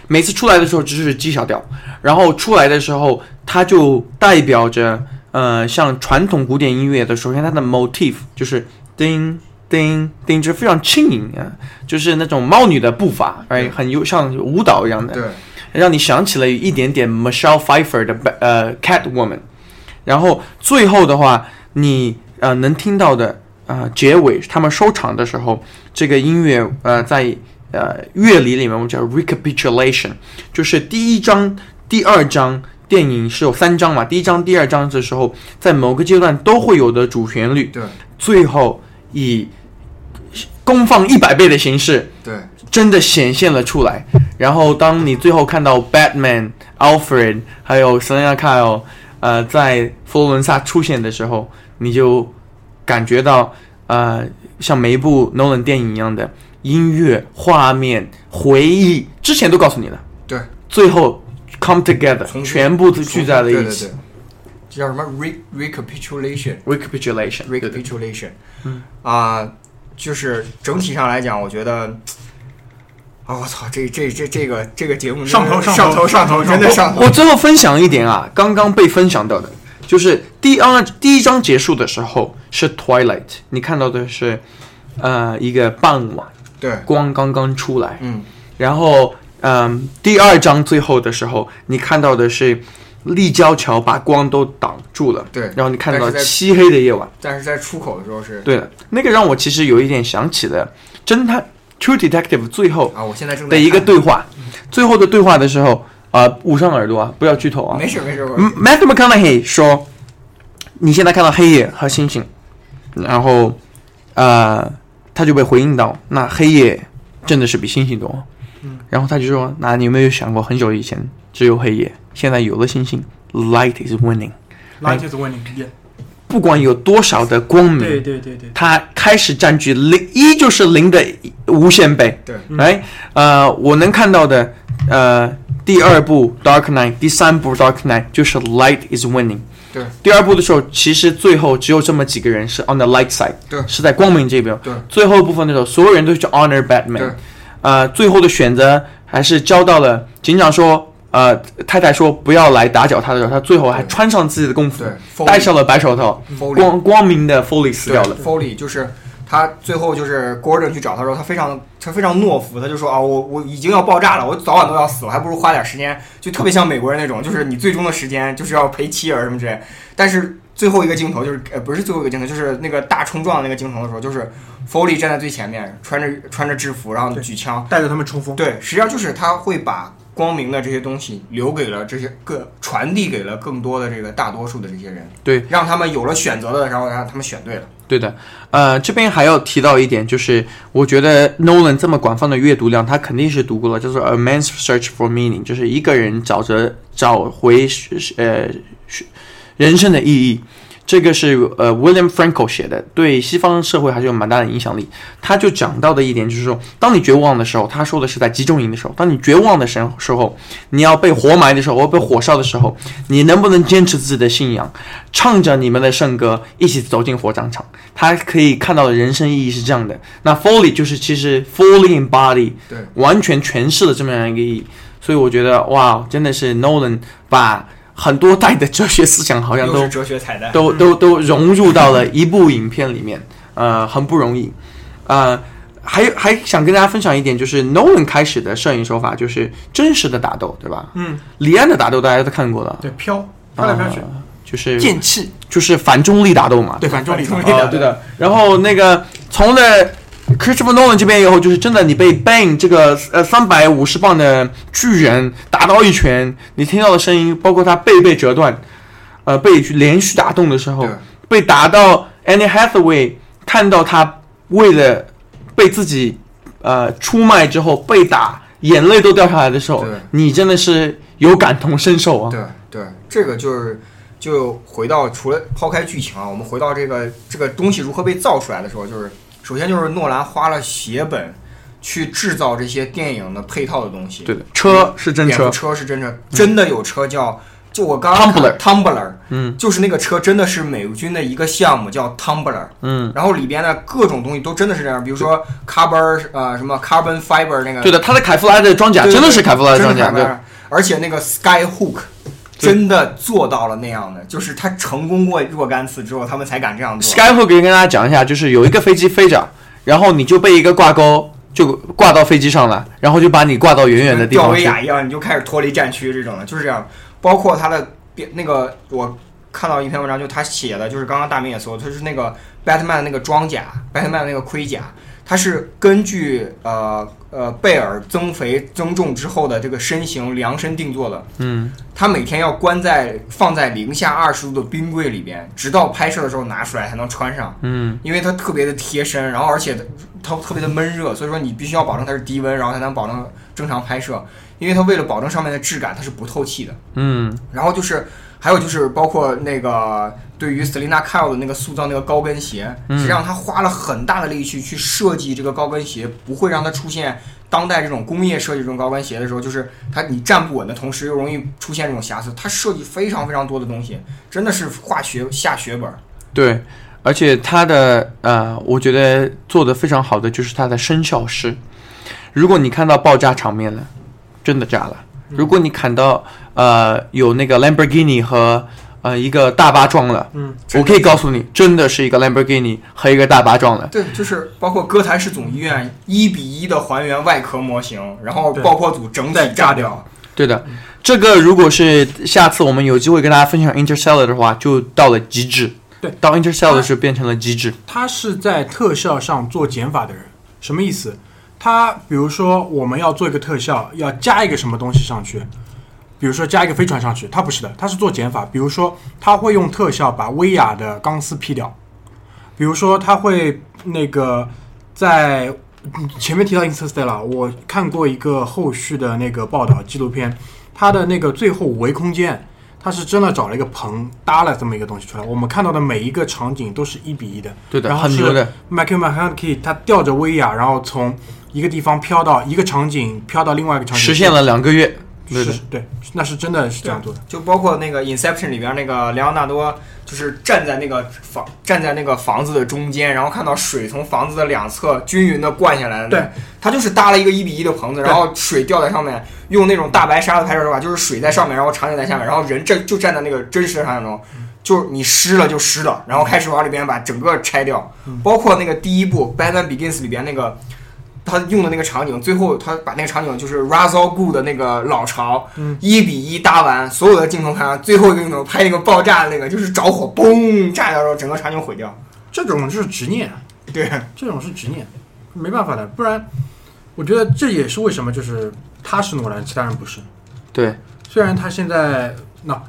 [SPEAKER 2] 每次出来的时候只是 G 小调，然后出来的时候，它就代表着，呃，像传统古典音乐的，首先它的 motif 就是叮叮叮，就是非常轻盈啊，就是那种猫女的步伐，哎，很有像舞蹈一样的。
[SPEAKER 4] 对。
[SPEAKER 2] 让你想起了一点点 Michelle Pfeiffer 的呃 Catwoman，然后最后的话，你呃能听到的呃结尾，他们收场的时候，这个音乐呃在呃乐理里面我们叫 recapitulation，就是第一章、第二章电影是有三章嘛，第一章、第二章的时候，在某个阶段都会有的主旋律，
[SPEAKER 4] 对
[SPEAKER 2] 最后以公放一百倍的形式。
[SPEAKER 4] 对
[SPEAKER 2] 真的显现了出来。然后当你最后看到 Batman、Alfred 还有 Selena Kyle 呃在佛罗伦萨出现的时候，你就感觉到呃像每一部 Nolan 电影一样的音乐、画面、回忆，之前都告诉你了，
[SPEAKER 4] 对，
[SPEAKER 2] 最后 come together，
[SPEAKER 4] 重新
[SPEAKER 2] 全部都聚在了一起
[SPEAKER 4] 对对对，这叫什么 re recapitulation
[SPEAKER 2] ，recapitulation，对对
[SPEAKER 4] recapitulation，啊、就是整体上来讲，我觉得。啊、我操，这这这这个这个节目真的
[SPEAKER 1] 上头上
[SPEAKER 4] 上
[SPEAKER 1] 头
[SPEAKER 4] 上
[SPEAKER 1] 上头
[SPEAKER 4] 头，真的上头
[SPEAKER 2] 我。最后分享一点啊，刚刚被分享到的，就是第二第一章结束的时候是 twilight，你看到的是，呃，一个傍晚，
[SPEAKER 4] 对，
[SPEAKER 2] 光刚刚出来，
[SPEAKER 4] 嗯，
[SPEAKER 2] 然后嗯，第二章最后的时候，你看到的是立交桥把光都挡住了，
[SPEAKER 4] 对
[SPEAKER 2] 然后你看到
[SPEAKER 4] 但是在
[SPEAKER 2] 漆黑的夜晚，
[SPEAKER 4] 但是在出口的时候是
[SPEAKER 2] 对了，那个让我其实有一点想起了侦探 True Detective 最后
[SPEAKER 4] 啊，我现在正在
[SPEAKER 2] 的一个
[SPEAKER 4] 看
[SPEAKER 2] 对话，最后的对话的时候啊、呃捂上耳朵啊，不要剧透啊，
[SPEAKER 4] 没事没事，我
[SPEAKER 2] M- Matthew McConaughey 说：“你现在看到黑夜和星星。”然后，呃，他就被回应到：“那黑夜真的是比星星多。”然后他就说：“那你有没有想过，很久以前只有黑夜，现在有了星星，light is winning。
[SPEAKER 1] Light is
[SPEAKER 2] 嗯
[SPEAKER 1] winning，
[SPEAKER 2] 不管有多少的光明，
[SPEAKER 1] 对对对对，
[SPEAKER 2] 它开始占据零，一就是零的无限倍。
[SPEAKER 4] 对
[SPEAKER 2] 来、呃，我能看到的，呃，第二部《Dark Knight》，第三部《Dark Knight》就是 Light is winning。
[SPEAKER 4] 对，
[SPEAKER 2] 第二部的时候，其实最后只有这么几个人是 on the light side，
[SPEAKER 4] 对
[SPEAKER 2] 是在光明这边。
[SPEAKER 4] 对
[SPEAKER 2] 最后部分的时候，所有人都去 honor
[SPEAKER 4] 对
[SPEAKER 2] Batman。呃，最后的选择还是交到了警长说，呃，太太说不要来打搅他的时候，他最后还
[SPEAKER 4] 对
[SPEAKER 2] 穿上自己的功夫
[SPEAKER 4] 对，，Foley
[SPEAKER 2] 戴上了白手套，
[SPEAKER 4] Foley
[SPEAKER 2] 光光明的 Foley 死
[SPEAKER 4] 对
[SPEAKER 2] 掉了。
[SPEAKER 4] Foley 就是他最后就是 Gordon 去找他的时候，他非常他非常懦夫，他就说啊，我我已经要爆炸了，我早晚都要死，我还不如花点时间，就特别像美国人那种，就是你最终的时间就是要陪妻儿什么之类。但是最后一个镜头就是呃不是最后一个镜头，就是那个大冲撞的那个镜头的时候，就是 Foley 站在最前面，穿着穿着制服，然后
[SPEAKER 1] 对
[SPEAKER 4] 举枪，
[SPEAKER 1] 带着他们冲锋。
[SPEAKER 4] 对，实际上就是他会把光明的这些东西留给了这些各传递给了更多的这个大多数的这些人，
[SPEAKER 2] 对，
[SPEAKER 4] 让他们有了选择的，然后让他们选对了。
[SPEAKER 2] 对的，呃，这边还要提到一点，就是我觉得 Nolan 这么广泛的阅读量，他肯定是读过了，就是《A Man's Search for Meaning》，就是一个人找着找回呃人生的意义。这个是呃 William Franco 写的，对西方社会还是有蛮大的影响力。他就讲到的一点就是说，当你绝望的时候，他说的是在集中营的时候，当你绝望的时候时候，你要被活埋的时候，或被火烧的时候，你能不能坚持自己的信仰，唱着你们的圣歌，一起走进火葬场？他可以看到的人生意义是这样的。那 Foley 就是其实 Fully embody，
[SPEAKER 4] 对
[SPEAKER 2] 完全诠释了这么样一个意义。所以我觉得哇，真的是 Nolan 把很多代的哲学思想好像
[SPEAKER 4] 又
[SPEAKER 2] 都
[SPEAKER 4] 是哲学彩
[SPEAKER 2] [LAUGHS]
[SPEAKER 4] 蛋。
[SPEAKER 2] 都都都融入到了一部影片里面，呃，很不容易，呃，还还想跟大家分享一点，就是 Nolan 开始的摄影手法就是真实的打斗，对吧？
[SPEAKER 1] 嗯，
[SPEAKER 2] 李安的打斗大家都看过了，
[SPEAKER 1] 对，飘飘来飘去
[SPEAKER 2] 呃，就是
[SPEAKER 1] 剑气，
[SPEAKER 2] 就是反重力打斗嘛，
[SPEAKER 1] 对，反重力
[SPEAKER 4] 反重力 [LAUGHS]
[SPEAKER 2] 啊，对的。然后那个从了 Christopher Nolan 这边以后，就是真的你被 Bang 这个呃三百五十磅的巨人打到一拳，你听到的声音，包括他背被折断，呃被连续打动的时候
[SPEAKER 4] 对，
[SPEAKER 2] 被打到 Annie Hathaway 看到他为了被自己呃出卖之后被打，眼泪都掉下来的时候
[SPEAKER 4] 对，
[SPEAKER 2] 你真的是有感同身受啊。
[SPEAKER 4] 对对，这个就是就回到除了抛开剧情啊，我们回到这个这个东西如何被造出来的时候，就是首先就是诺兰花了血本去制造这些电影的配套的东西。
[SPEAKER 2] 对的，车是真
[SPEAKER 4] 蝙蝠
[SPEAKER 2] 车，嗯
[SPEAKER 4] 车是真车，真的有车叫。就我刚刚
[SPEAKER 2] Tumbler
[SPEAKER 4] Tumbler，
[SPEAKER 2] 嗯，
[SPEAKER 4] 就是那个车真的是美军的一个项目叫 Tumbler，
[SPEAKER 2] 嗯，
[SPEAKER 4] 然后里边的各种东西都真的是这样，比如说 carbon 呃什么 carbon fiber 那个
[SPEAKER 2] 对的，他的凯夫拉的装甲
[SPEAKER 4] 对
[SPEAKER 2] 真的是凯夫拉的
[SPEAKER 4] 真
[SPEAKER 2] 装
[SPEAKER 4] 的
[SPEAKER 2] 甲，
[SPEAKER 4] 凯夫
[SPEAKER 2] 对
[SPEAKER 4] 拉。的而且那个 Skyhook 真的做到了那样的，就是他成功过若干次之后，他们才敢这样做。
[SPEAKER 2] Skyhook 跟大家讲一下，就是有一个飞机飞着，然后你就被一个挂钩就挂到飞机上了，然后就把你挂到远远的地
[SPEAKER 4] 吊
[SPEAKER 2] 方
[SPEAKER 4] 威
[SPEAKER 2] 去。
[SPEAKER 4] 亚一样，你就开始脱离战区这种的，就是这样。包括他的编那个，我看到一篇文章，就他写的，就是刚刚大明也说，就是那个 Batman 的那个装甲，Batman 的那个盔甲，它是根据呃呃贝尔增肥增重之后的这个身形量身定做的。
[SPEAKER 2] 嗯，
[SPEAKER 4] 他每天要关在放在零下二十度的冰柜里边，直到拍摄的时候拿出来才能穿上。
[SPEAKER 2] 嗯，
[SPEAKER 4] 因为它特别的贴身，然后而且它特别的闷热，所以说你必须要保证它是低温，然后才能保证正常拍摄。因为它为了保证上面的质感，它是不透气的。
[SPEAKER 2] 嗯
[SPEAKER 4] 然后就是还有就是包括那个对于 Selina Kyle 的那个塑造那个高跟鞋，
[SPEAKER 2] 嗯
[SPEAKER 4] 实际上他花了很大的力气去设计这个高跟鞋，不会让它出现当代这种工业设计这种高跟鞋的时候，就是它你站不稳的同时又容易出现这种瑕疵。它设计非常非常多的东西，真的是化学下血本儿。
[SPEAKER 2] 对，而且它的呃，我觉得做的非常好的就是它的声效师。如果你看到爆炸场面了，真的炸了；如果你看到呃有那个 Lamborghini 和呃一个大巴撞了，
[SPEAKER 1] 嗯，
[SPEAKER 2] 我可以告诉你，真的是一个 Lamborghini 和一个大巴撞了。
[SPEAKER 4] 对，就是包括哥谭市总医院一比一的还原外壳模型，然后
[SPEAKER 1] 对
[SPEAKER 4] 爆破组整体炸掉。
[SPEAKER 2] 对的，这个如果是下次我们有机会跟大家分享 Interstellar 的话，就到了极致。
[SPEAKER 1] 对，
[SPEAKER 2] 到 Interstellar 是变成了极致。
[SPEAKER 1] 他是在特效上做减法的人，什么意思？他比如说我们要做一个特效，要加一个什么东西上去，比如说加一个飞船上去，他不是的，他是做减法。比如说他会用特效把威亚的钢丝劈掉，比如说他会那个在嗯前面提到 Interstellar，我看过一个后续的那个报道纪录片，它的那个最后围空间。它是真的找了一个棚搭了这么一个东西出来，我们看到的每一个场景都是一比一的，
[SPEAKER 2] 对的，
[SPEAKER 1] 然后
[SPEAKER 2] 很
[SPEAKER 1] 是
[SPEAKER 2] 牛的。
[SPEAKER 1] Michael m c h a n k e 他吊着威亚，然后从一个地方飘到一个场景，飘到另外一个场景，
[SPEAKER 2] 实现了两个月。对
[SPEAKER 1] 是，
[SPEAKER 2] 的
[SPEAKER 1] 是，对，那是真的是这样做的。
[SPEAKER 4] 就包括那个《Inception》里边那个莱昂纳多，就是站在那个房站在那个房子的中间，然后看到水从房子的两侧均匀的灌下来的。
[SPEAKER 1] 对，
[SPEAKER 4] 他就是搭了一个一比一的棚子，
[SPEAKER 1] 对
[SPEAKER 4] 然后水掉在上面，用那种大白鲨的拍摄手法，就是水在上面，然后场景在下面，然后人站就站在那个真实的场景中。
[SPEAKER 1] 嗯
[SPEAKER 4] 就是你湿了就湿了，然后开始往里边把整个拆掉，
[SPEAKER 1] 嗯
[SPEAKER 4] 包括那个第一部《Batman Begins》里边那个他用的那个场景，最后他把那个场景就是 Razal Gu 的那个老巢，
[SPEAKER 1] 嗯
[SPEAKER 4] 一比一搭完，所有的镜头拍完，最后一个镜头拍一个爆炸的那个，就是着火嘣炸掉之后，整个场景毁掉。
[SPEAKER 1] 这种就是执念，
[SPEAKER 4] 对，
[SPEAKER 1] 这种是执念，没办法的。不然，我觉得这也是为什么就是他是诺兰，其他人不是。
[SPEAKER 2] 对，
[SPEAKER 1] 虽然他现在那、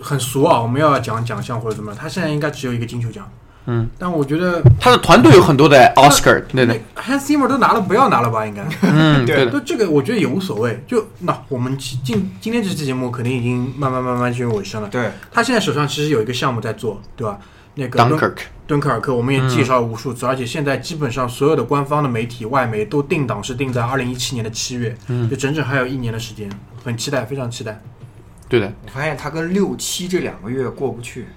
[SPEAKER 1] 很俗啊，我们要讲奖项或者怎么样，他现在应该只有一个金球奖。
[SPEAKER 2] 嗯，
[SPEAKER 1] 但我觉得
[SPEAKER 2] 他的团队有很多的 Oscar，对 [LAUGHS] 的，
[SPEAKER 1] ，Hans Zimmer 都拿了，不要拿了吧，应该。
[SPEAKER 2] 嗯，
[SPEAKER 4] 对
[SPEAKER 2] 对的，
[SPEAKER 1] 那这个我觉得也无所谓，就那我们今今今天这期节目肯定已经慢慢慢慢进入尾声了。
[SPEAKER 4] 对，
[SPEAKER 1] 他现在手上其实有一个项目在做，对吧？那个敦
[SPEAKER 2] Dunkirk，
[SPEAKER 1] 敦刻尔克，我们也介绍了无数次，而且现在基本上所有的官方的媒体、外媒都定档是定在二零一七年的七月，
[SPEAKER 2] 嗯
[SPEAKER 1] 就整整还有一年的时间，很期待，非常期待。
[SPEAKER 2] 对的，
[SPEAKER 4] 我发现他跟六七这两个月过不去，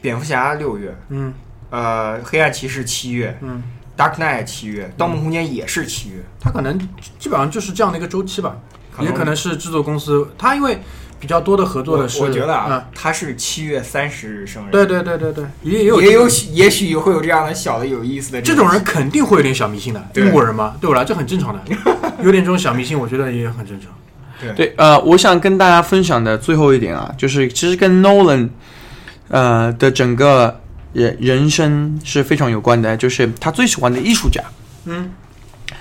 [SPEAKER 4] 蝙蝠侠六月，
[SPEAKER 1] 嗯
[SPEAKER 4] 呃，黑暗骑士七月
[SPEAKER 1] 嗯，
[SPEAKER 4] ，Dark Knight 七月，盗梦空间也是七月，
[SPEAKER 1] 他可能基本上就是这样的一个周期吧，也可能是制作公司，他因为比较多的合作
[SPEAKER 4] 我
[SPEAKER 1] 的是，
[SPEAKER 4] 我觉得
[SPEAKER 1] 嗯
[SPEAKER 4] 啊，他是七月三十日生日，
[SPEAKER 1] 对对对对对，也也有
[SPEAKER 4] 也有也许会有这样的小的有意思的
[SPEAKER 1] 这种人肯定会有点小迷信的，
[SPEAKER 4] 对
[SPEAKER 1] 英国人嘛，对我来这很正常的，有点这种小迷信，我觉得也很正常。
[SPEAKER 2] 对，呃，我想跟大家分享的最后一点啊，就是其实跟 Nolan，呃的整个人人生是非常有关的，就是他最喜欢的艺术家，
[SPEAKER 1] 嗯，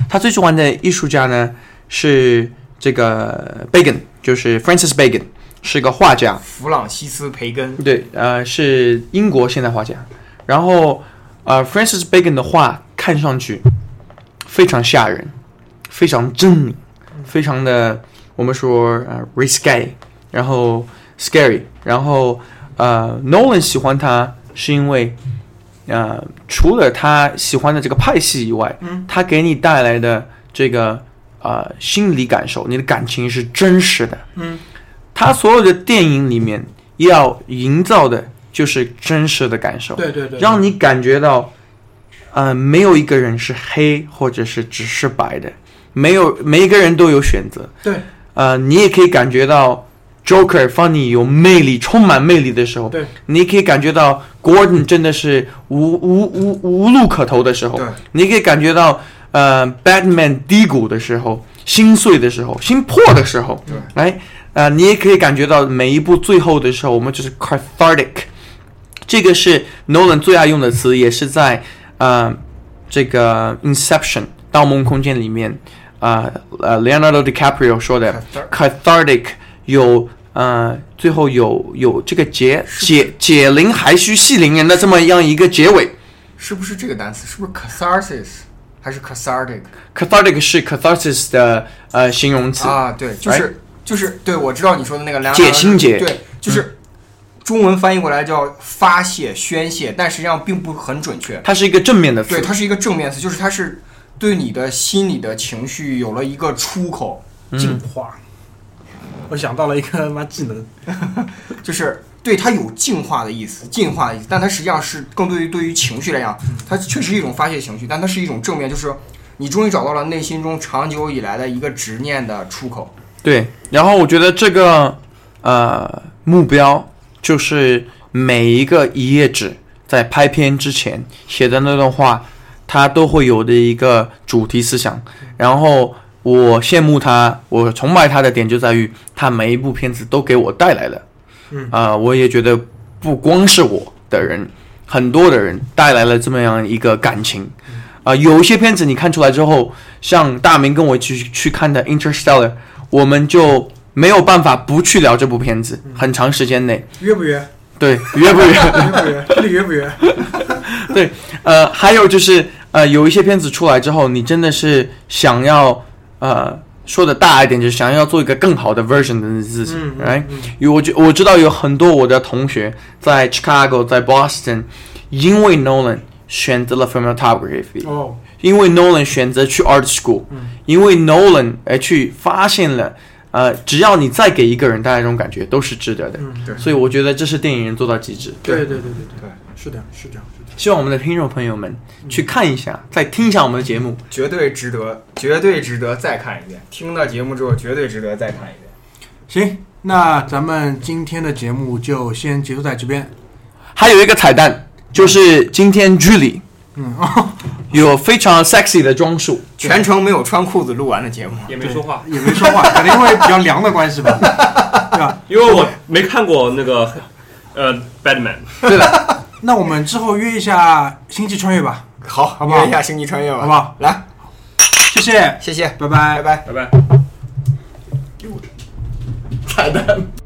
[SPEAKER 2] 他最喜欢的艺术家呢是这个 Bacon，就是 Francis Bacon，是个画家，
[SPEAKER 4] 弗朗西斯·培根，
[SPEAKER 2] 对，呃，是英国现代画家。然后，呃，Francis Bacon 的画看上去非常吓人，非常狰狞，非常的我们说呃 risky，然后 scary，然后呃，Nolan 喜欢他是因为。呃，除了他喜欢的这个派系以外，
[SPEAKER 1] 嗯
[SPEAKER 2] 他给你带来的这个呃心理感受，你的感情是真实的，
[SPEAKER 1] 嗯，
[SPEAKER 2] 他所有的电影里面要营造的就是真实的感受，
[SPEAKER 1] 对对对，
[SPEAKER 2] 让你感觉到，呃，没有一个人是黑或者是只是白的，没有每一个人都有选择。
[SPEAKER 1] 对
[SPEAKER 2] 呃，你也可以感觉到 Joker 放你有魅力、充满魅力的时候，
[SPEAKER 1] 对，
[SPEAKER 2] 你也可以感觉到 Gordon 真的是无无无无路可投的时候
[SPEAKER 4] 对，
[SPEAKER 2] 你也可以感觉到呃 Batman 低谷的时候、心碎的时候、心破的时候，
[SPEAKER 4] 对，
[SPEAKER 2] 来，呃，你也可以感觉到每一部最后的时候，我们就是 cathartic，这个是 Nolan 最爱用的词，也是在呃这个 Inception 盗梦空间里面，呃呃 Leonardo DiCaprio 说的 cathartic 有呃最后有有这个解解解铃还需系铃人的这么样一个结尾。
[SPEAKER 4] 是不是这个单词？是不是 catharsis？还是 cathartic
[SPEAKER 2] cathartic 是 catharsis 的呃形容词，
[SPEAKER 4] 啊？对，就是
[SPEAKER 2] Right？
[SPEAKER 4] 就是对，我知道你说的那个两
[SPEAKER 2] 哎解嗯心结
[SPEAKER 4] 对，就是中文翻译过来叫发泄、宣泄，但实际上并不很准确。
[SPEAKER 2] 它是一个正面的
[SPEAKER 4] 对，
[SPEAKER 2] 词。
[SPEAKER 4] 它是一个正面词，就是它是对你的心里的情绪有了一个出口，
[SPEAKER 1] 进化。我想到了一个妈技能，
[SPEAKER 4] 就是对它有净化的意思，净化的意思。但它实际上是更对于对于情绪来讲，
[SPEAKER 2] 嗯
[SPEAKER 4] 它确实是一种发泄情绪，但它是一种正面，就是你终于找到了内心中长久以来的一个执念的出口。
[SPEAKER 2] 对，然后我觉得这个呃目标就是每一个一页纸在拍片之前写的那段话，他都会有的一个主题思想。然后我羡慕他，我崇拜他的点就在于他每一部片子都给我带来了，
[SPEAKER 1] 嗯
[SPEAKER 2] 啊、我也觉得不光是我的人，很多的人带来了这么样一个感情。啊、有一些片子你看出来之后，像大明跟我一起去去看的《Interstellar》，我们就没有办法不去聊这部片
[SPEAKER 1] 嗯
[SPEAKER 2] 子，很长时间内，
[SPEAKER 1] 约不约？
[SPEAKER 2] 对，约不
[SPEAKER 1] [LAUGHS]
[SPEAKER 2] 约？
[SPEAKER 1] 约不约？这里约不约？
[SPEAKER 2] 呃，还有就是呃，有一些片子出来之后，你真的是想要呃说的大一点，就是想要做一个更好的 version 的自己，哎
[SPEAKER 1] 嗯
[SPEAKER 2] r i g h
[SPEAKER 1] 嗯
[SPEAKER 2] t 有我知我知道有很多我的同学在 Chicago 在 Boston，因为 Nolan 选择了 cinematography，、
[SPEAKER 1] 哦，嗯
[SPEAKER 2] 因为 Nolan 选择去 art school，、因为 Nolan 而去发现了，呃，只要你再给一个人带来这种感觉，都是值得的。
[SPEAKER 1] 嗯，
[SPEAKER 4] 对
[SPEAKER 2] 所以我觉得这是电影人做到极致。
[SPEAKER 1] 对对对对
[SPEAKER 4] 对，
[SPEAKER 1] 是这样，是这样，是这样。
[SPEAKER 2] 希望我们的听众朋友们去看一下，再听一下我们的节目。
[SPEAKER 4] 绝对值得，绝对值得再看一遍。听到节目之后，绝对值得再看一遍。
[SPEAKER 1] 行，那咱们今天的节目就先结束在这边。
[SPEAKER 2] 还有一个彩蛋，就是今天剧里
[SPEAKER 1] 嗯， [LAUGHS] 哦，
[SPEAKER 2] 有非常 sexy 的装束，
[SPEAKER 4] 全程没有穿裤子录完的节目，
[SPEAKER 3] 也没说话，
[SPEAKER 1] 也没说话，可能因为比较凉的关系吧，对吧？
[SPEAKER 3] 因为我没看过那个呃 [LAUGHS] Batman，
[SPEAKER 1] 那我们之后约一下《星际穿越》吧，
[SPEAKER 4] 好，
[SPEAKER 1] 好不好
[SPEAKER 4] 约一下星际穿越吧，
[SPEAKER 1] 好不好？
[SPEAKER 4] 来，
[SPEAKER 1] 谢谢，
[SPEAKER 4] 谢谢，
[SPEAKER 1] 拜拜
[SPEAKER 4] 拜。拜。
[SPEAKER 3] 拜拜。彩蛋。